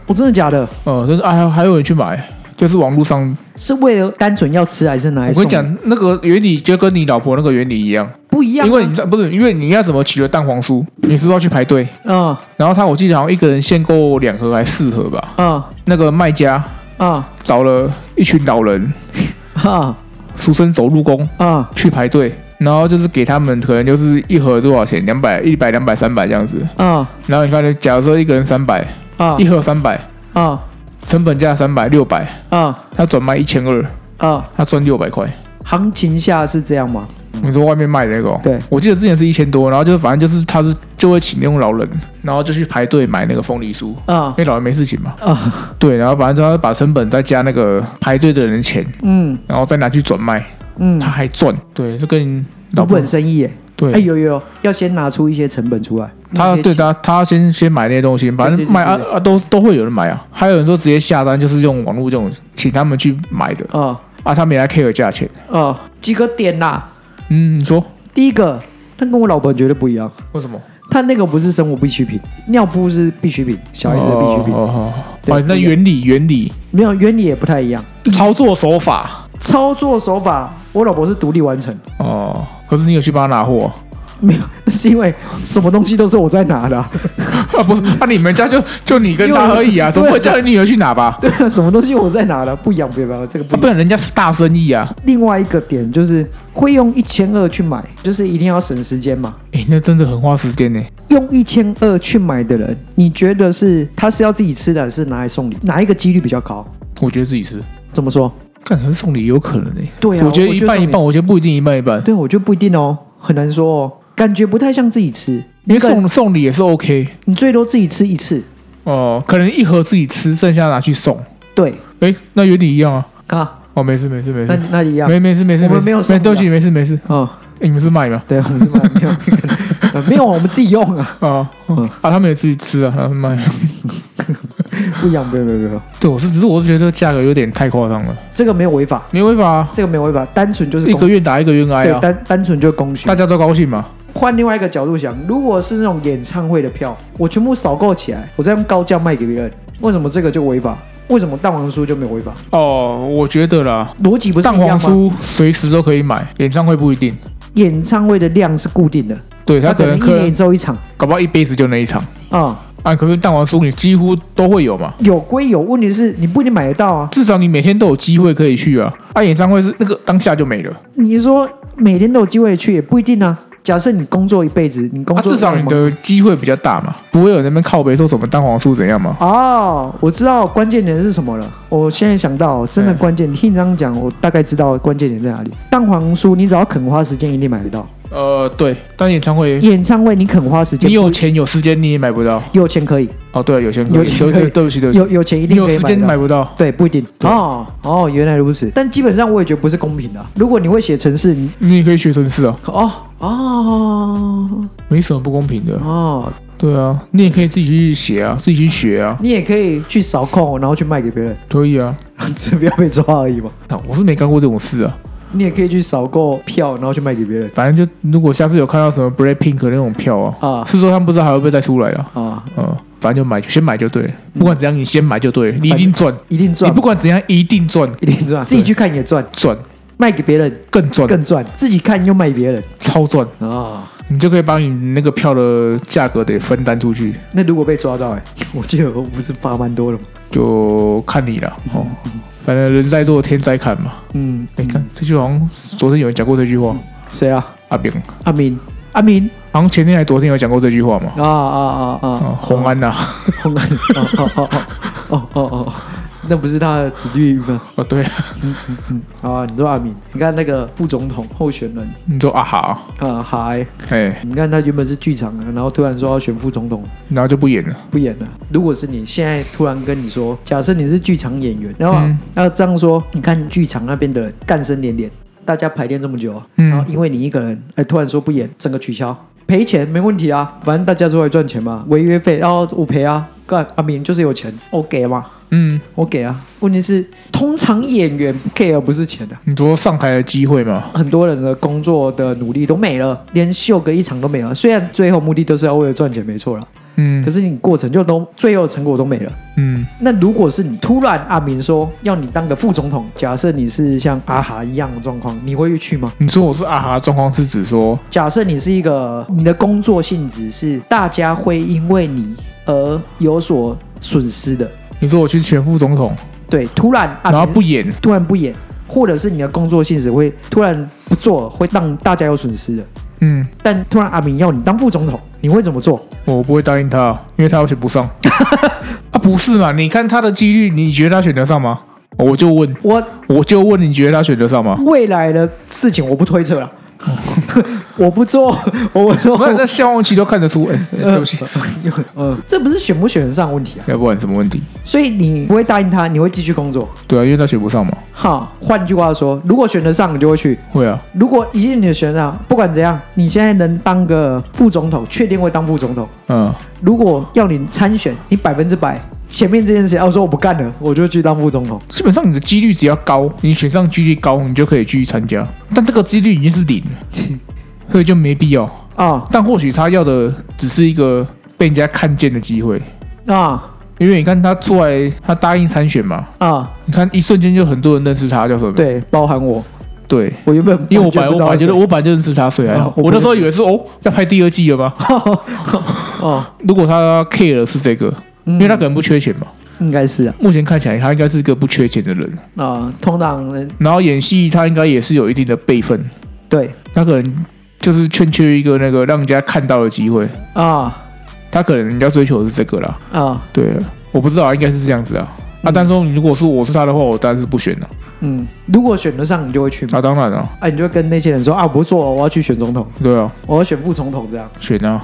哦，真的假的？
呃，但是哎，还有人去买，就是网络上。
是为了单纯要吃还是拿来
我
送
跟
的？
你讲，那个原理就跟你老婆那个原理一样，
不一样啊、
因为你知道不是，因为你要怎么取得蛋黄酥，你是不是要去排队？
啊
然后他我记得好像一个人限购两盒还四盒吧。
啊
那个卖家
啊
找了一群老人，
啊
俗称走路工，
啊
去排队，然后就是给他们可能就是一盒多少钱，两百、一百、两百、三百这样子。
啊
然后你看，假如说一个人三百，
啊
一盒三百，
啊
成本价三百六百，
啊
他转卖一千二，
啊！
他赚六百块。
行情下是这样吗？
你说外面卖的那个哦？
对
我记得之前是一千多，然后就是反正就是他是就会请那种老人，然后就去排队买那个凤梨酥，
啊
因为老人没事情嘛。
啊
对，然后反正他把成本再加那个排队的人的钱，
嗯
然后再拿去转卖，
嗯
他，还赚。对，这跟老
老
婆
本生意耶。
对，
哎有有有，要先拿出一些成本出来。
他
那些
对
钱
他他先先买那些东西，反
对
正
对
卖啊
对
啊都都会有人买啊，还有人说直接下单，就是用网络这种请他们去买的
啊
啊，他们也来 care 价钱。
啊几个点啦。
嗯，你说
第一个，他跟我老婆绝对不一样，
为什么？
他那个不是生活必需品，尿布是必需品，小孩子的必需品，
哦哦哦
对
哦，那原理原理
没有原理也不太一样。
操作手法
操作手法，我老婆是独立完成，
哦，可是你有去帮他拿货
没有，是因为什么东西都是我在拿的啊、
啊？不是，那你们家就就你跟他而已
嗯因
啊，
为
怎么会
对啊
叫你女儿去拿吧？
对啊，什么东西我在拿的，不一样，不一样，这个不
啊
一
不
样。
然人家是大生意啊！
另外一个点就是会用一千二去买，就是一定要省时间嘛。
哎，那真的很花时间呢。
用一千二去买的人，你觉得是他是要自己吃的，还是拿来送礼？哪一个几率比较高？
我觉得自己是，
怎么说？
干可是送礼也有可能呢。
对啊，
我觉得一半一
送
半，我觉得不一定一半一半
礼。，对，我觉得不一定哦，很难说哦，感觉不太像自己吃。
因为
一个人
送送礼也是 OK。
你最多自己吃一次，
哦，可能一盒自己吃，剩下拿去送。
对，
哎，那原理一样啊。
啊，
哦，没事没事没
那
事，
那一样，
没没事没事，
我们没有送
没
礼啊
对不起没事没事。
嗯，
诶你们是卖吗？
对，我们是卖没有呃，没有，我们自己用 啊，
啊
嗯
啊，他们也自己吃啊，他们卖。
不一样，没有没有没有，
对，我是只是我是觉得价格有点太夸张了，
这个没有违法，
没违法啊，
这个没有违法，单纯就是
一
供
个愿打一个愿挨
对，
啊，
单单纯就是供需
大。家都高兴嘛。
换另外一个角度想，如果是那种演唱会的票，我全部扫购起来，我再用高价卖给别人，为什么这个就违法？为什么蛋黄酥就没有违法？
哦，我觉得啦，
逻辑不是
蛋
一样
黄
吗？
酥随时都可以买，演唱会不一定。
演唱会的量是固定的，
对他可能
一
可
年
能
只有一场
搞不好一辈子就那一场
啊、
啊，可是蛋黄酥你几乎都会有嘛。
有归有，问题是你不一定买得到啊。
至少你每天都有机会可以去啊！啊，演唱会是那个当下就没了，
你说每天都有机会去也不一定啊。假设你工作一辈子，你工
啊，
作
至少你的机会比较大嘛，不会有人在那边靠北说什么蛋黄酥怎样嘛。
哦，我知道关键点是什么了。我现在想到，真的
嗯
关键，你听你这样讲，我大概知道关键点在哪里。蛋黄酥，你只要肯花时间，一定买得到。
呃，对，但演唱会
演唱会，你肯花时间，
你有
不
钱有时间你也买不到。
有钱可以，
哦，对了，有钱可
有
以，
钱
对
可以
对对不起对不起，
有有钱一
你
定
有
可以
时
买
间
得
买
到。
不到。
对，不一定
对
哦哦，原来如此。但基本上我也觉得不是公平的啊、如果你会写程式，你
你也可以学城市啊，
哦哦
没什么不公平的。
哦，
对啊，你也可以自己去写啊，自己去学啊，
你也可以去扫控，然后去卖给别人，
可以啊。
只不要被抓而已嘛。
那我是没干过这种事啊，
你也可以去扫购票，然后去卖给别人
反正就如果下次有看到什么 Black Pink 那种票啊，
啊
是说他们不知道还会不会再出来啊。
啊，
嗯，反正就买，先买就对了，不管怎样你先买就对了，你一定赚。
一定
你
嗯赚
不，管怎样，一定赚
一定赚，自己去看也赚，
赚
卖给别人
更赚
更赚，自己看又卖给别人
超赚。
啊。
哎、你就可以把你那个票的价格得分担出去，
那如果被抓到、欸， 我记得我不是罚蛮多的吗？
就看你了哦。反正人在做天在看嘛。
嗯，
哎、看这句好像昨天有人讲过这句话，
谁啊？
阿炳，
阿明，阿明
好像前天还昨天有讲过这句话嘛。
啊啊啊
哦
啊，！
红安呐、
红安， 哦哦哦哦哦哦哦，那不是他的子弟吗？
哦对，
嗯，好啊，你说阿明，你看那个副总统候选人
你说啊哈，
啊，嗨，
哎，
你看他原本是剧场的，啊然后突然说要选副总统，
然后就不演了，
不演了。如果是你现在突然跟你说，假设你是剧场演员，然后
嗯
要这样说，你看剧场那边的人干声连连，大家排练这么久，
嗯
然后因为你一个人，哎，突然说不演，整个取消，赔钱没问题啊，反正大家都来赚钱嘛，违约费，然后我赔啊，干阿明就是有钱，我给嘛，
嗯，
我给啊。问题是，通常演员 care 不是钱的、啊
你说上台的机会嘛，
很多人的工作的努力都没了，连秀个一场都没了。虽然最后目的都是要为了赚钱，没错啦，
嗯
可是你过程就都最后的成果都没了。
嗯
那如果是你突然阿明说要你当个副总统，假设你是像阿哈一样的状况，你会去吗？
你说我是啊哈的状况是指说，
假设你是一个你的工作性质是大家会因为你而有所损失的，
你说我去选副总统，
对，突然阿
然后
明
不演，
突然不演，或者是你的工作性质会突然不做，会让大家有损失的。
嗯，
但突然阿明要你当副总统，你会怎么做？
我不会答应他，因为他要选不上。 啊，不是嘛？你看他的几率，你觉得他选得上吗？哦我就问，
我
我就问，你觉得他选得上吗？
未来的事情我不推测啊了， 我不做，我不
我看
做。
那消防器都看得出，哎、对不起，
呃，这不是选不选得上的问题啊，
要不然什么问题？
所以你不会答应他，你会继续工作。
对啊，因为他选不上嘛。
哈，换句话说，如果选得上，你就会去；
会啊，
如果一定你选得上，不管怎样，你现在能当个副总统，确定会当副总统。
嗯，
如果要你参选，你百分之百，前面这件事要说我不干了，我就去当副总统。
基本上你的几率只要高，你选上几率高，你就可以继续参加。但这个几率已经是零 了，所以就没必要。
啊
但或许他要的只是一个被人家看见的机会，
啊
因为你看他出来，他答应参选嘛，
啊！
你看一瞬间就很多人认识他叫什么？
对，包含我，
对，
我原本
因为我本
完全不知
来我本
道
来
他
觉
是
得我本来就认识他，所以还好
哦。我不
我那时候以为是哦，要拍第二季了吗？
谁哦，
如果他 care 的是这个，
因
因为他可能不缺钱嘛。
应该是啊
目前看起来他应该是个不缺钱的人，
啊，通常人
然后演戏他应该也是有一定的辈分，
对
他可能就是欠缺一个那个让人家看到的机会，
啊
他可能人家追求的是这个啦。
啊
对，我不知道，应该是这样子啊。那、
嗯
但是如果是我是他的话，我当然是不选了。
嗯，如果选得上，你就会去嘛
啊，当然了、啊，
啊，你就跟那些人说啊，我不做了，我要去选总统，
对啊，
我要选副总统这样
选啊，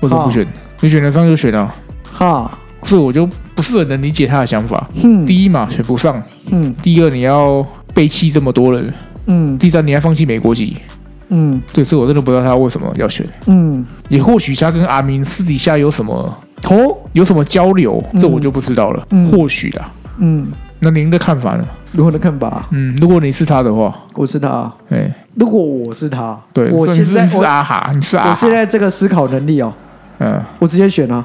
为什么不选？你选得上就选啊。
哈，
是我就不是很能理解他的想法。
嗯
第一嘛，选不上；
嗯
第二，你要背弃这么多人；
嗯
第三，你还放弃美国籍。
嗯
对，所以我真的不知道他为什么要选。
嗯，
也或许他跟阿明私底下有什么
头
有什么交流，
嗯
这我就不知道了。
嗯
或许啦。
嗯，
那您的看法呢？
如何的看法？
嗯，如果你是他的话，
我是他，
哎、
如果我是他，
对，
我
所
现
以你是
在
你是啊
我
阿哈，你是阿
我现
哈，
在这个思考能力哦，
嗯，
我直接选啊，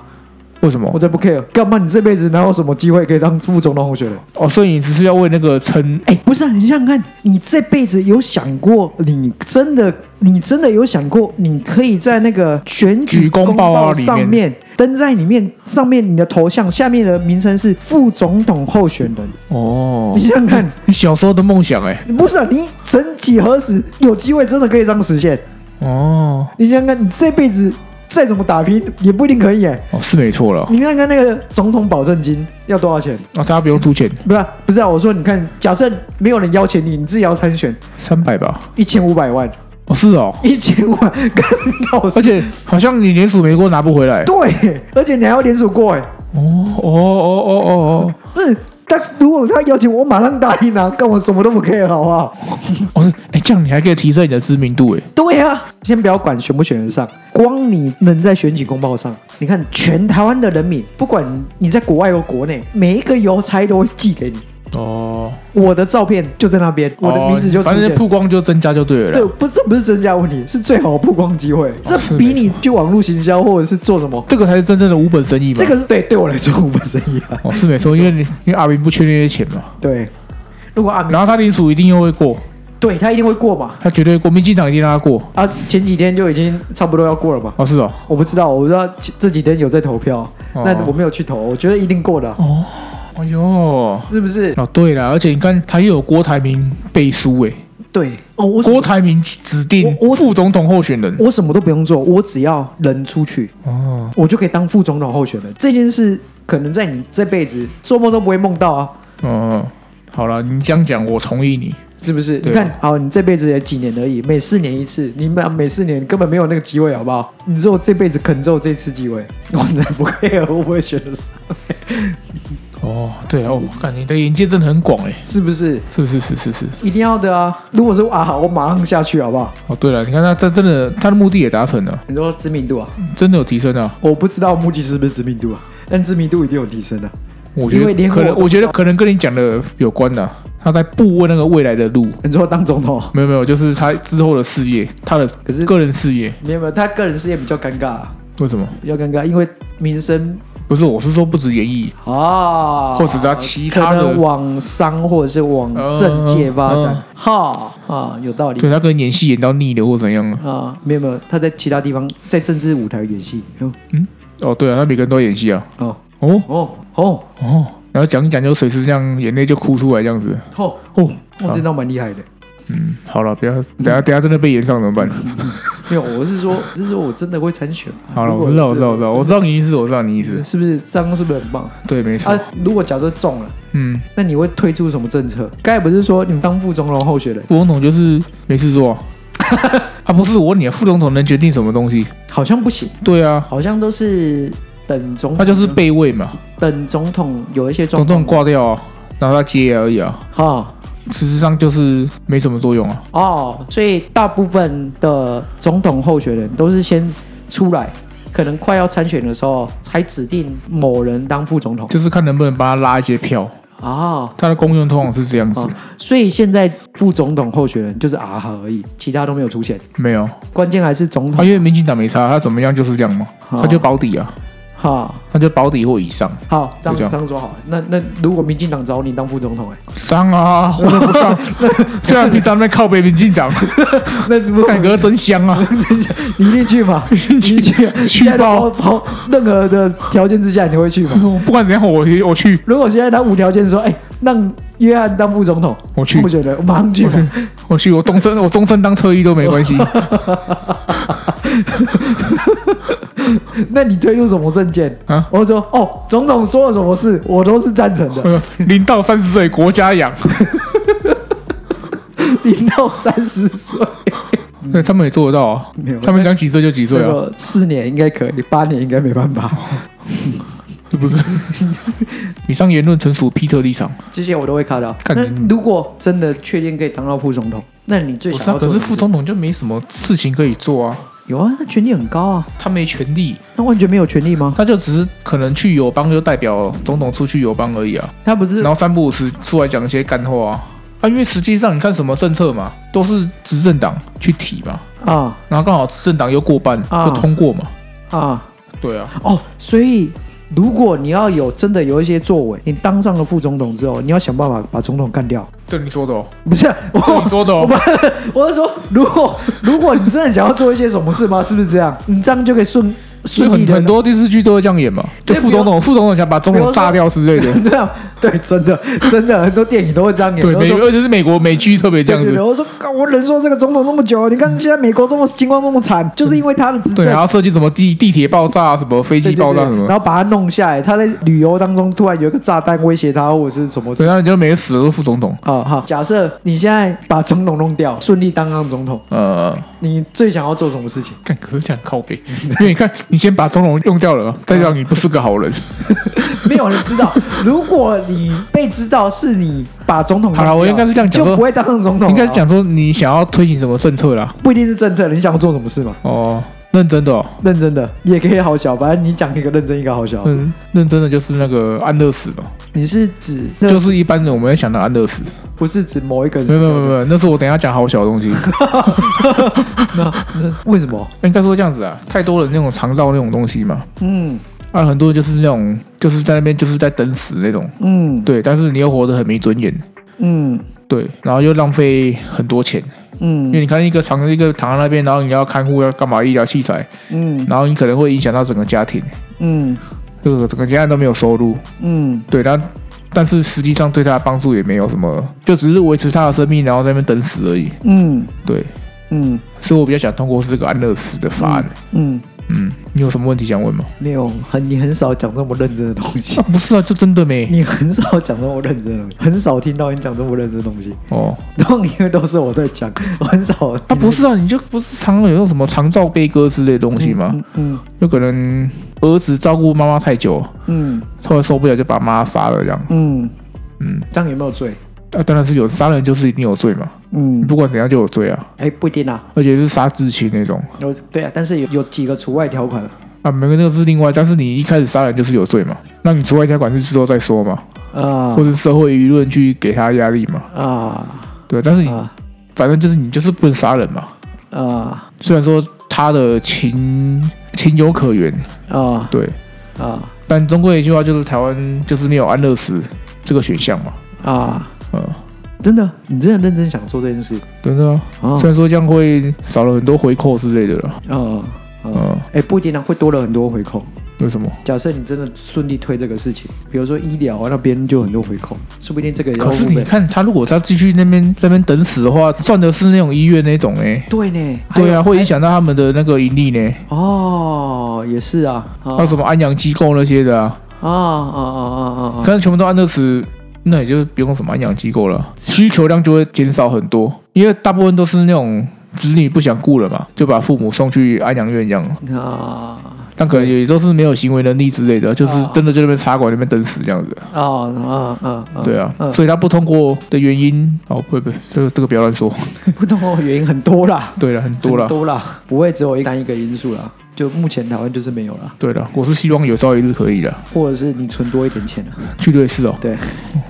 为什么
我？才不 care，干嘛你这辈子哪有什么机会可以当副总统候选人？
哦，所以你只是要为那个撑，
哎、不是、啊，你想想看，你这辈子有想过，你真的，你真的有想过，你可以在那个选举
举公
公
报啊
报
里
上
面
面登在里面，上面你的头像，下面的名称是副总统候选人。
哦
你，想想看，
你小时候的梦想哎、
不是、啊、你曾几何时有机会真的可以这样实现？
哦，
你想想看，你这辈子再怎么打拼，也不一定可以哎、
哦是没错了，
你看看那个总统保证金要多少钱？
啊，大家不用出钱，
不是啊、不是啊，我说你看，假设没有人邀请你，你自己要参选，
三百吧。
一千五百万。
哦，是哦，
一千万，干到
而
死。
且好像你连署没过拿不回来。
对，而且你还要联署过哎，
哦哦哦哦哦
不是？但如果他邀请我，我马上答应啊，干我什么都不 care 好不好？
哦，哦是，哎、这样你还可以提升你的知名度哎。
对啊，先不要管选不选得上，光你能在选举公报上，你看全台湾的人民，不管你在国外或国内，每一个邮差都会寄给你，
哦，
我的照片就在那边，我的名字就
哦
出
反
现
正。曝光哦就增加就对了啦。
对，不，这不是增加问题，是最好的曝光机会。这
是
比
没错
你去网络行销或者是做什么，
这个才是真正的无本生意嘛。
这个是对对我来说无本生意啊。
哦是没错，因为你因为阿明不缺那些钱嘛，
对，如果阿明
然后他领署一定又会过，
对他一定会过嘛。
他绝对过，民进党一定让他过。
啊，前几天就已经差不多要过了吧？
哦，是哦，
我不知道，我不知道这这几天有在投票，
哦
但我没有去投，我觉得一定过的啊，
哦，哎呦，哦，
是不是？
对了，而且你看，他又有郭台铭背书，哎，
对哦，我
郭台铭指定
我我
副总统候选人。
我什么都不用做，我只要人出去，
哦，
我就可以当副总统候选人。这件事可能在你这辈子做梦都不会梦到啊，
哦，好了，你这样讲，我同意你。
是不是？你
对啊
看，好，你这辈子也几年而已，每四年一次，你每每四年根本没有那个机会，好不好？你只有这辈子肯只有这次机会，我才不 care 会不会选得上，
哦，对了，我感你的眼界真的很广，哎，
是不是？
是是是是是。
一定要的啊！如果是啊，好我马上下去，好不好？
哦，对了，你看他他真的他的目的也达成了，
你说知名度啊，
真的有提升啊。
我不知道目的是不是知名度啊，但知名度一定有提升的、啊。
我觉
因为
得
连
可能，
我都
我觉得可能跟你讲的有关的、他在布问那个未来的路，
你说当总统，啊
没有没有，就是他之后的事业，他的
可是
个人事业，
没有没有，他个人事业比较尴尬、啊，
为什么？
比较尴尬，因为民生
不是，我是说不止演艺，
啊，
或者他其他的
可能往商或者是往政界发展
嗯，
哈、啊，有道理
对他可能演戏演到腻了或怎样了。
啊，没有没有，他在其他地方在政治舞台演戏，嗯
嗯，哦，对啊，他每个人都要演戏啊。
哦
哦
哦哦
哦，然后讲一讲就随时这样眼泪就哭出来这样子。
哦，
哦，
我真的蛮厉害的。
嗯，好了，不要，等
嗯
下等下真的被延上怎么办？
没有，我是说，我是说我真的会参选。啊
好了，
如果
我知道，我知道，我知道，我
是
知道你意思，我知道你意思。
是不是这样是不是很棒啊？
对，没错。
如果假设中了，
嗯，
那你会推出什么政策？刚才不是说你们当副总统候选人，
副总统就是没事做 啊。啊，不是我问你啊，副总统能决定什么东西？
好像不行，
对啊，
好像都是等总统，
他就是备位嘛，
等总统有一些嗯状
总统
况
挂掉啊，然后他接而已啊，
哈
事实上就是没什么作用啊。
哦，所以大部分的总统候选人都是先出来，可能快要参选的时候才指定某人当副总统
就是看能不能帮他拉一些票。
啊。
他的功用通常是这样子
哦，所以现在副总统候选人就是阿哈而已，其他都没有出现。
没有
关键还是总
啊，
统
因为民进党没差，他怎么样就是这样嘛，
哦
他就保底啊，
哈。
他就保底或以上，
好，这样
就这样
这样说好了。那那如果民进党找你当副总统、欸，
上啊，或者不 上。虽然平常在靠北民进党，
那如果
感觉真香啊，
你一定去嘛？你一定去啊，
去
现在
爆
跑跑任何的条件之下，你会去 吗？
不管怎样我我去
如果现在他无条件说，哎、让约翰当副总统，
我去
我觉得我马上去嘛。
我去，我终身我终身当车衣都没关系。
那你推出什么证件？
啊
我说哦，总统说了什么事，我都是赞成的。
零到呃三十岁国家养，
零到三十 岁，
对他们也做得到啊
嗯没有。
他们想几岁就几岁
那
啊，
个四年应该可以，八年应该没办法。
是不是？以上言论纯属皮特立场。
这些我都会看到。
看
那
你
如果真的确定可以当到副总统，那你最
我
想
知道，
要做
可
的
是
事
副总统就没什么事情可以做啊，
有啊，他权力很高啊，
他没权利，
那完全没有权力吗？
他就只是可能去友邦就代表总统出去友邦而已啊，
他不是
然后三不五时出来讲一些干话啊。啊，因为实际上你看什么政策嘛，都是执政党去提嘛，
啊
然后刚好执政党又过半
啊
就通过嘛，
啊
对啊，
哦，所以如果你要有真的有一些作为，你当上了副总统之后，你要想办法把总统干掉。
这你说 的哦，
不是
这你
我，
说的哦，
我是说，如果如果你真的想要做一些什么事吗？是不是这样？你这样就可以顺
所以
顺利的
很很多电视剧都会这样演嘛，就
对
副总
比
统，副总统想把总统炸掉之类的。
对啊，对，真的真的很多电影都会这样演。
对，
都
美
说
尤其是美国美剧特别这
对
样
对对，
子。
我说，干我忍受这个总统那么久，你看现在美国这么情况这么惨，就是因为他的执
对，
政
然。后设计什么地地铁爆炸、什么飞
对
机
对
爆炸什
对
么
然，后把他弄下来，他在旅游当中突然有一个炸弹威胁他，或者是什么事
对，然后你就每个死的都是副总统。
啊？好，假设你现在把总统弄掉，顺利当上总统，
呃，
你最想要做什么事 情？
看，可是这样靠背，因为你看，你先把总统用掉了，代表你不是个好人。
没有人知道。如果你被知道是你把总统弄掉，
好了我应该是这样
你就
讲说
不会当上 总统。
应该讲说你想要推行什么政策啦？
不一定是政策，你想要做什么事嘛？
哦，认真的、哦，
认真的也可以好小，反正你讲一个认真，一个好小。
嗯，认真的就是那个安乐死嘛，
你是指
就
那
是一般人我们要想到安乐死。
不是指某一个人
没？有没有没有没有，那是我等一下讲好小的 东西。
那为什么？
应该说这样子啊，太多人那种肠道那种东西嘛，
嗯
啊，很多人就是那种就是在那边就是在等死那种，
嗯
对，但是你又活得很没尊严，
嗯，
对，然后又浪费很多钱，因为
嗯
你看一个躺一个躺在那边，然后你要看护要干嘛医疗器材，
嗯
然后你可能会影响到整个家庭，
嗯
这个整个家人都没有收入，
嗯，
对，但但是实际上对他的帮助也没有什么，就只是维持他的生命，然后在那边等死而已，
嗯
对，
嗯
所以我比较想通过这个安乐死的法案，
嗯，
嗯，你有什么问题想问吗？
没有很你很少讲这么认真的东西
啊，，不是啊，这真的没
你很少讲这么认真的东西，很少听到你讲这么认真的东西。
哦，
然后因为都是我在讲，我很少。
啊，不是啊，你就不是常有那种什么长照悲歌之类的东西吗？
嗯嗯
有可能儿子照顾妈妈太久，
嗯
突然受不了就把妈杀了这样。
嗯，
嗯，
这样有没有罪？
啊，当然是有杀人就是一定有罪嘛，你
嗯，
不管怎样就有罪啊，
哎、不一定啊。
而且是杀至亲那种
有对啊，但是有有几个除外条款啊。
啊，每个那个是另外，但是你一开始杀人就是有罪嘛，那你除外条款是之后再说嘛，
啊
或者社会舆论去给他压力嘛，
啊
对，但是你
啊
反正就是你就是不能杀人嘛，
啊
虽然说他的情情有可原，
啊
对，
啊
但终归一句话就是台湾就是没有安乐死这个选项嘛，
啊！
嗯，
真的，你真的认真想做这件事
真的、啊。
啊
虽然说这样会少了很多回扣之类的了，
啊啊！
嗯，
哎、不一定啊，会多了很多回扣。
为什么？
假设你真的顺利推这个事情，比如说医疗啊那边就有很多回扣，说不定这个也要
可是
付
你
费。
看他如果他继续那边那边等死的话，赚的是那种医院那种哎、
对呢，还有
对啊，会影响到他们的那个盈利呢，
哦，也是啊，啊
还有什么安养机构那些的啊，
啊啊啊啊啊！
可是全部都安乐死，那也就不用什么安养机构了，需求量就会减少很多，因为大部分都是那种子女不想顾了嘛，就把父母送去安养院这样，
啊
但可能也都是没有行为能力之类的，就是
啊
真的就在那边茶馆那边等死这样子。
啊啊啊啊！
对啊，
嗯
所以他不通过的原因，哦，不不，这个这个不要乱说。
不通过原因很多啦，
对了，很多
很，
了
多啦，不会只有一单一个因素啦。就目前台湾就是没有啦，
对了，我是希望有朝一日可以的，
或者是你存多一点钱啊。
去瑞士哦。
对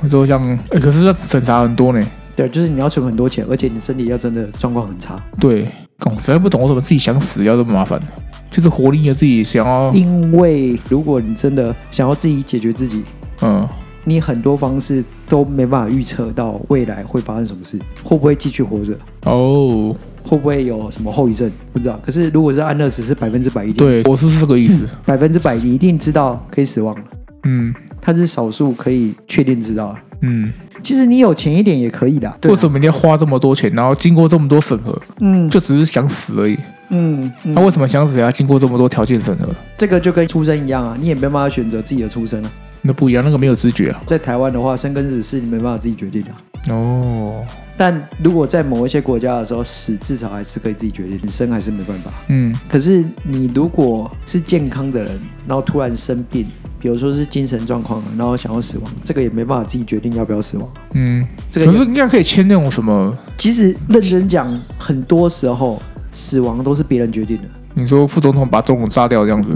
我就像，哎，可是要审查很多呢。
对，就是你要存很多钱，而且你身体要真的状况很差，
对，干我实在不懂为什么自己想死要这么麻烦，就是活力的自己想要，
因为如果你真的想要自己解决自己，
嗯，
你很多方式都没办法预测到未来会发生什么事，会不会继续活着，
哦，
会不会有什么后遗症，不知道。可是如果是安乐死，是百分之百一定，
对，我是这个意思。
百分之百你一定知道可以死亡了，
嗯
它是少数可以确定知道的。
嗯，
其实你有钱一点也可以的啊，对
为
啊
什么你要花这么多钱，然后经过这么多审核，
嗯
就只是想死而已？
嗯嗯，
那为什么想死还要经过这么多条件审核？
这个就跟出生一样啊，你也没办法选择自己的出生啊。
那不一样，那个没有知觉啊。
在台湾的话，生跟死是你没办法自己决定的啊、
哦，
但如果在某一些国家的时候，死至少还是可以自己决定，你生还是没办法。
嗯
可是你如果是健康的人，然后突然生病，比如说是精神状况，然后想要死亡，这个也没办法自己决定要不要死亡。
嗯。
这个
可是
也
应该可以签那种什么？
其实认真讲，很多时候死亡都是别人决定的。
你说副总统把总统杀掉这 样子？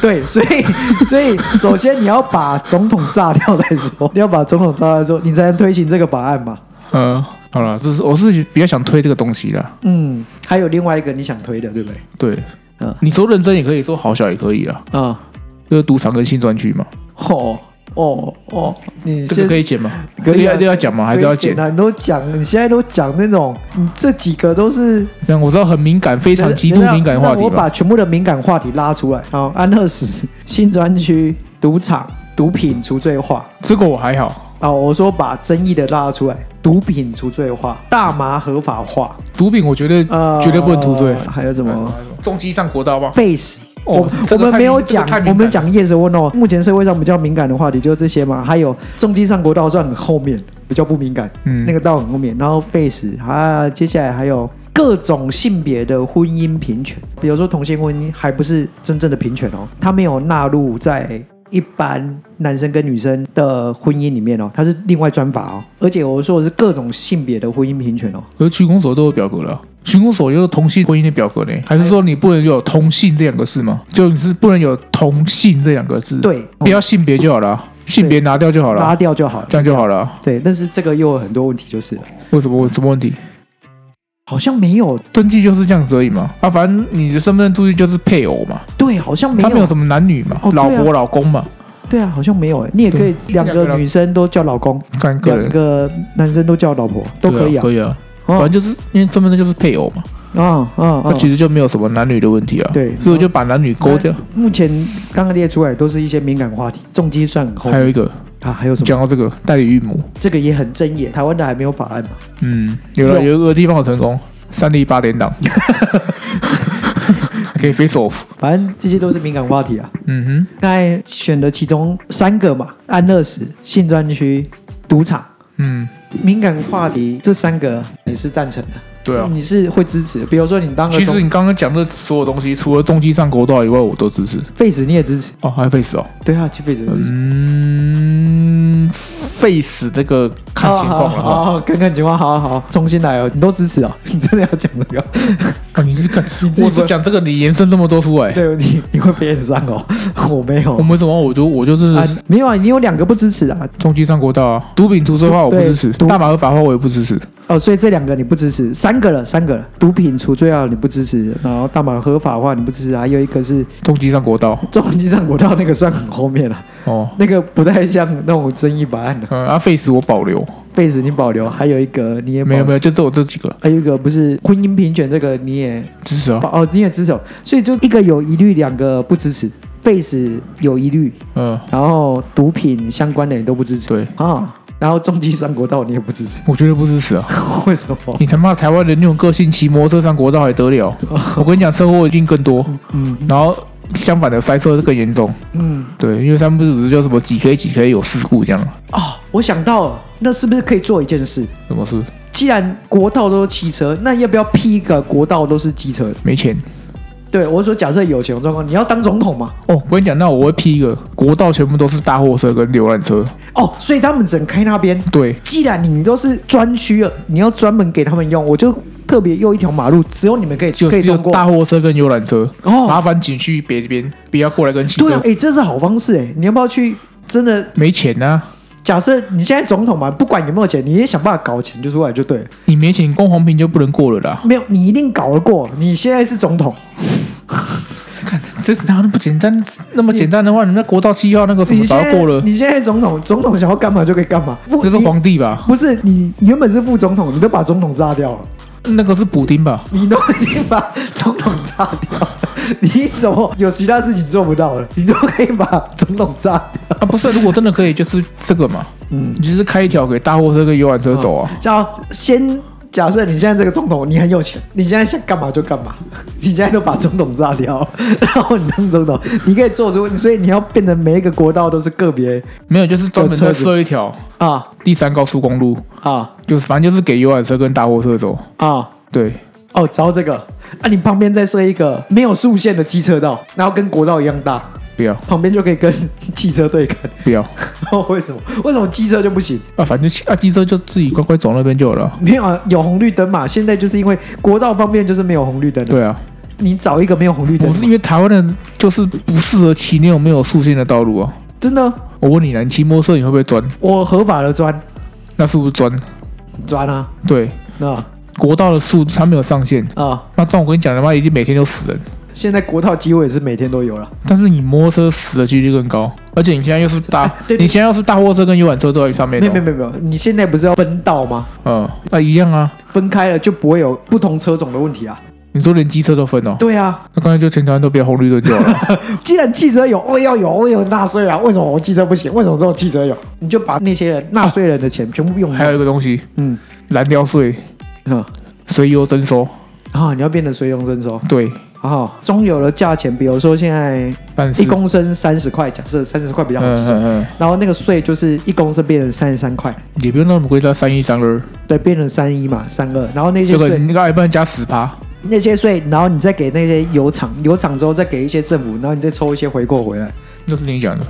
对，所以所以首先你要把总统炸掉再说，你要把总统炸掉再说，你才能推行这个法案嘛。
嗯，好了，就是我是比较想推这个东西啦。
嗯，还有另外一个你想推的，对不对？
对，
嗯
你说认真也可以，说好小也可以啦。
啊、
就是赌场跟新专区嘛，
哦哦哦，你
这个
现
可以剪吗？
可以啊
这个要这个要讲吗？还是要剪？
啊？你都讲，你现在都讲那种，你这几个都是
这样我知道很敏感，非常极度
等一下
敏感的话
那
题
我
吧。
把全部的敏感话题拉出来，好，安乐死、新专区、赌场、毒品除罪化。
这个我还好，
啊、我说把争议的拉出来，毒品除罪化，大麻合法化，
毒品我觉得
呃，
绝对不能涂罪。哎
还有什么？
中基上国道吗？
贝斯、
哦
我
这个
我们
太
没有
敏这
讲
个太，敏感
我们讲 yes or no。目前社会上比较敏感的话题就是这些嘛，还有重机上国道算很后面，比较不敏感，
嗯
那个道很后面。然后 face 啊，接下来还有各种性别的婚姻平权，比如说同性婚姻还不是真正的平权哦，它没有纳入在。一般男生跟女生的婚姻里面哦，它是另外专法哦，而且我说的是各种性别的婚姻平权哦，
可是区公所都有表格了。区公所也有同性婚姻的表格呢？还是说你不能有同性这两个字吗？就你是不能有同性这两个字？，
对，
不要性别就好了啊，性别拿掉就好了
拉
啊，
掉就好了
这。样就好了啊。
对，但是这个又有很多问题，就是了
为什么我什么问题？
好像没有
登记就是这样子而已嘛。啊，反正你的身份证注记就是配偶嘛，
对，好像没
他
有，
没有什么男女嘛，
哦对啊
老婆老公嘛。
对啊，好像没有哎、你也可以两个女生都叫老公，
看个
两
人
个男生都叫老婆，都可以
对
啊
可。以啊。
哦
反正就是因为身份证就是配偶嘛，
啊啊
那
啊！
其实就没有什么男女的问题啊。
对
所以我就把男女勾掉。
目前刚刚列出来都是一些敏感话题，重击算很厚
还有一个
啊。还有什么？
讲到这个代理孕母，
这个也很争议，台湾的还没有法案嘛？
嗯，有了有一个地方我成功，三立八点 档，还可以飞手斧。
反正这些都是敏感话题啊。
嗯
刚才选的其中三个嘛，安乐死、性专区、赌场。
哼，嗯，
敏感话题这三个你是赞成的，
对啊。
你是会支持的。比如说你当个
其实
中
你刚刚讲的所有东西，除了重击上国道以外，我都支持。
face 你也支持，
哦，还有 face 哦，
对啊，去 face 也支持。
嗯，face 这个看情况
好
了
好
哈。
好，看看情况，好好好，重新来哦，你都支持哦，你真的要讲这个？
哦，你是哦看
己不
我只讲这个，你延伸这么多出来，
对你你会被验伤哦，我没有
我们怎么我就我就是
啊，没有啊，你有两个不支持啊，
重击上国道啊，毒品毒蛇化我不
对
支持，
毒
大麻合法化我也不支持。
哦，所以这两个你不支持，三个了，三个了，毒品除罪药你不支持，然后大麻合法化你不支持，还有一个是
重击上国道
重击上国道那个算很后面了，
哦，
那个不太像那种争议法案了。
嗯，啊 face 我保留，
face 你保留，还有一个你也保
没有没有，就只有这几个
还有一个不是婚姻平权这个你也
支持啊。
保哦你也支持，所以就一个有疑虑，两个不支持。face 有疑虑，
嗯，
然后毒品相关的你都不支持，
对，
啊，然后重击上国道你也不支持，
我绝对不支持啊！
为什么？
你他妈台湾人那种个性，骑摩托车上国道还得了？我跟你讲，车祸一定更多，
嗯
然后相反的塞车更严重。
嗯，
对，因为三不只是叫什么几 K 几 K 有事故这样，
哦，我想到了，那是不是可以做一件事？
什么事？
既然国道都是汽车，那要不要批一个国道都是机车的？
没钱
对我说，假设有钱的状况，你要当总统嘛？
哦！我跟你讲，那我会批一个国道，全部都是大货车跟浏览车。
哦，所以他们只能开那边。
对，
既然你们都是专区了，你要专门给他们用，我就特别用一条马路，只有你们可以
就
可以
只有
通过。
大货车跟游览车。
哦，
麻烦景区别这边不要过来跟汽
对啊，
车。
哎、这是好方式哎、你要不要去？真的，
没钱啊！
假设你现在总统嘛，不管有没有钱，你也想办法搞钱就出来就对了。
你没钱，光红屏就不能过了啦。
没有，你一定搞得过。你现在是总
哦
统，
这哪有那么简单？那么简单的话，你们那国道七号那个什么
你现
早
在
就过了，
你现在总统，总统想要干嘛就可以干嘛。不
那是
你
皇帝吧？
不是你原本是副总统，你都把总统炸掉了，
那个是补丁吧？
你都已经把总统炸掉了，你怎么有其他事情做不到了？你都可以把总统炸掉。
啊，不是，如果真的可以，就是这个嘛，
嗯哦
嗯，你就是开一条给大货车跟游览车走啊。
叫先假设你现在这个总统，你很有钱，你现在想干嘛就干嘛，你现在都把总统炸掉，然后你当总统，你可以做出，所以你要变成每一个国道都是个别
没有，就是专门再设一条
啊
第三高速公路，
啊
就是反正就是给游览车跟大货车走。
啊
对，
哦，找这个啊，你旁边再设一个没有竖线的机车道，然后跟国道一样大，
不要
旁边就可以跟汽车对干。
不要
哦，为什么？为什么机车就不行？
啊，反正啊机车就自己乖乖走那边就好了。
没有啊，有红绿灯嘛。现在就是因为国道方面就是没有红绿灯的，
对啊，
你找一个没有红绿灯
不
的，
是因为台湾人就是不适合骑那种没有竖线的道路啊。
真的，
我问你啦，你骑摩托车你会不会钻？
我合法的钻
那是不是钻？
钻啊，
对，
啊
国道的速度它没有上限，
啊！
那这样我跟你讲，他妈一定每天都死人。
现在国道几乎也是每天都有了。
但是你摩托车死的几率更高，而且你现在又是大，
哎对对
你现在又是大货车跟游览车都在上面
没
的、
有没有没有没有，你现在不是要分道吗？
嗯，那一样啊。
分开了就不会有不同车种的问题啊。
你说连机车都分哦，
对啊，
那刚才就全台湾都变红绿灯就好 了。
既然汽车有，我也要有，我也有纳税啊。为什么我汽车不行？为什么只有汽车有？你就把那些人纳税人的钱全部用
还有
掉。
一个东西，
嗯
燃料税
啊
随优征收，
啊！你要变得随用征收。
对，
哦，中油的价钱，比如说现在
但是
一公升三十块，假设三十块比较好
嗯
计
嗯
算，
嗯，
然后那个税就是一公升变成三十三块，
也不用那么贵，到三一三二，
对，变成三一嘛，三二，然后那些
这个
税
你刚才不能加十趴，
那些税，然后你再给那些油厂，油厂之后再给一些政府，然后你再抽一些回扣回来，
那是你讲的，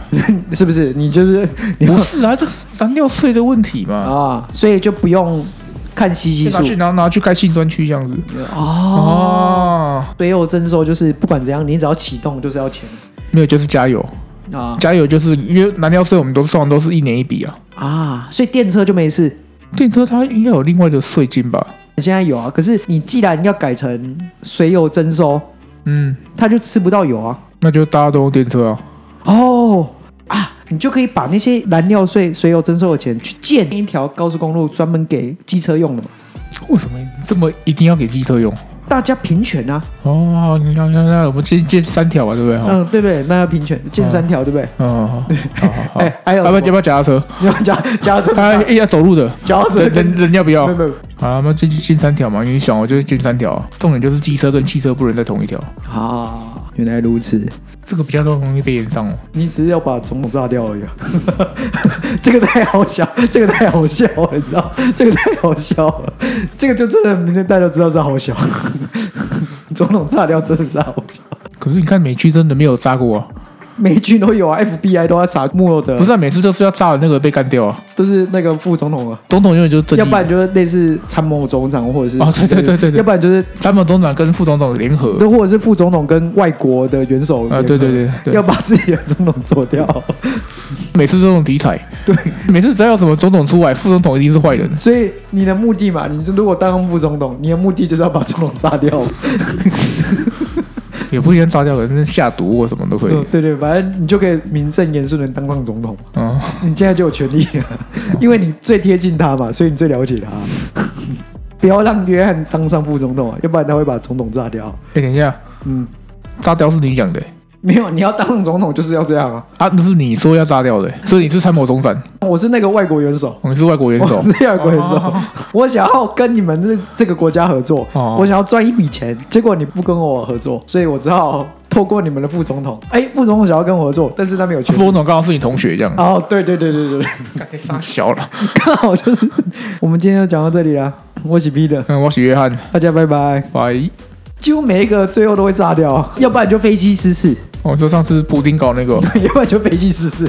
是不是？你就是你
不是啊，就是燃料税的问题嘛。
啊，所以就不用看稀奇
拿
数
去拿拿去开信专区这样子
哦。
哦，
税后征收就是不管怎样，你只要启动就是要钱
没有就是加油，
啊
加油就是因为燃料税我们都是通常都是一年一笔啊，
啊，所以电车就没事。
电车它应该有另外的税金吧？
现在有啊，可是你既然要改成水油征收，
嗯，
它就吃不到油啊。
那就大家都用电车啊，
哦啊，你就可以把那些燃料税、水油征收的钱去建一条高速公路，专门给机车用的嘛。
为什么这么一定要给机车用？
大家平权啊，
哦，你看，那那我们建建三条吧，对不对？哦
嗯，对不对？那要平权，建三条， 对不对？
嗯，好，好，好，
哎还有
要不要
什么
要不要脚踏车？
你要加加车，
啊，哎要走路的，
加车
人人人要不要
没有？没有
好了，那进进三条嘛，因为想我就是进三条啊，重点就是机车跟汽车不能在同一条，
啊，原来如此。
这个比较容易被延上哦。
你只是要把总统炸掉而已、啊， 这个太好笑，这个太好笑了，你知道？这个太好笑了，这个就真的明天大家都知道是好笑。 总统炸掉真的是好笑，
可是你看美区真的没有杀过啊，
每一句都有啊，FBI 都要查穆洛德，
不是、啊、每次都是要炸的那个被干掉啊，
都是那个副总统啊，
总统永远就是正义
要不然就是类似参谋总长或者是
哦对对对对对
要不然就是
参谋总长跟副总统联合，
或者是副总统跟外国的元首
啊对对对对
要把自己的总统做掉，
每次都这种题材，
对，
每次只要有什么总统出来，副总统一定是坏人。
所以你的目的嘛，你是如果当副总统，你的目的就是要把总统炸掉。
也不一定炸掉，可能是下毒或什么都可以。
嗯，对对，反正你就可以名正言顺的当上总统，
嗯，
你现在就有权利了，因为你最贴近他嘛，所以你最了解他。不要让约翰当上副总统啊，要不然他会把总统炸掉。
哎、等一下，
嗯，
炸掉是你讲的、
没有，你要当上总统就是要这样啊。
啊，那是你说要炸掉的、所以你是参谋总长，哦
我是那个外国元首，
你是外国元首
我，是外国元首，
哦
我想要跟你们这这个国家合作，
哦
我想要赚一笔钱，结果你不跟我合作，所以我只好透过你们的副总统。哎，副总统想要跟我合作，但是他没有权
副
利。
总统刚好是你同学这样，
哦，对对对对对对。
太傻小了。
刚好就是我们今天就讲到这里啦。我是 Peter，
嗯，我是约翰，
大家拜拜。
拜。
几乎每一个最啊后都会炸掉，要不然就飞机失事，
哦，就上次布丁搞那个。
要不然就飞机失事。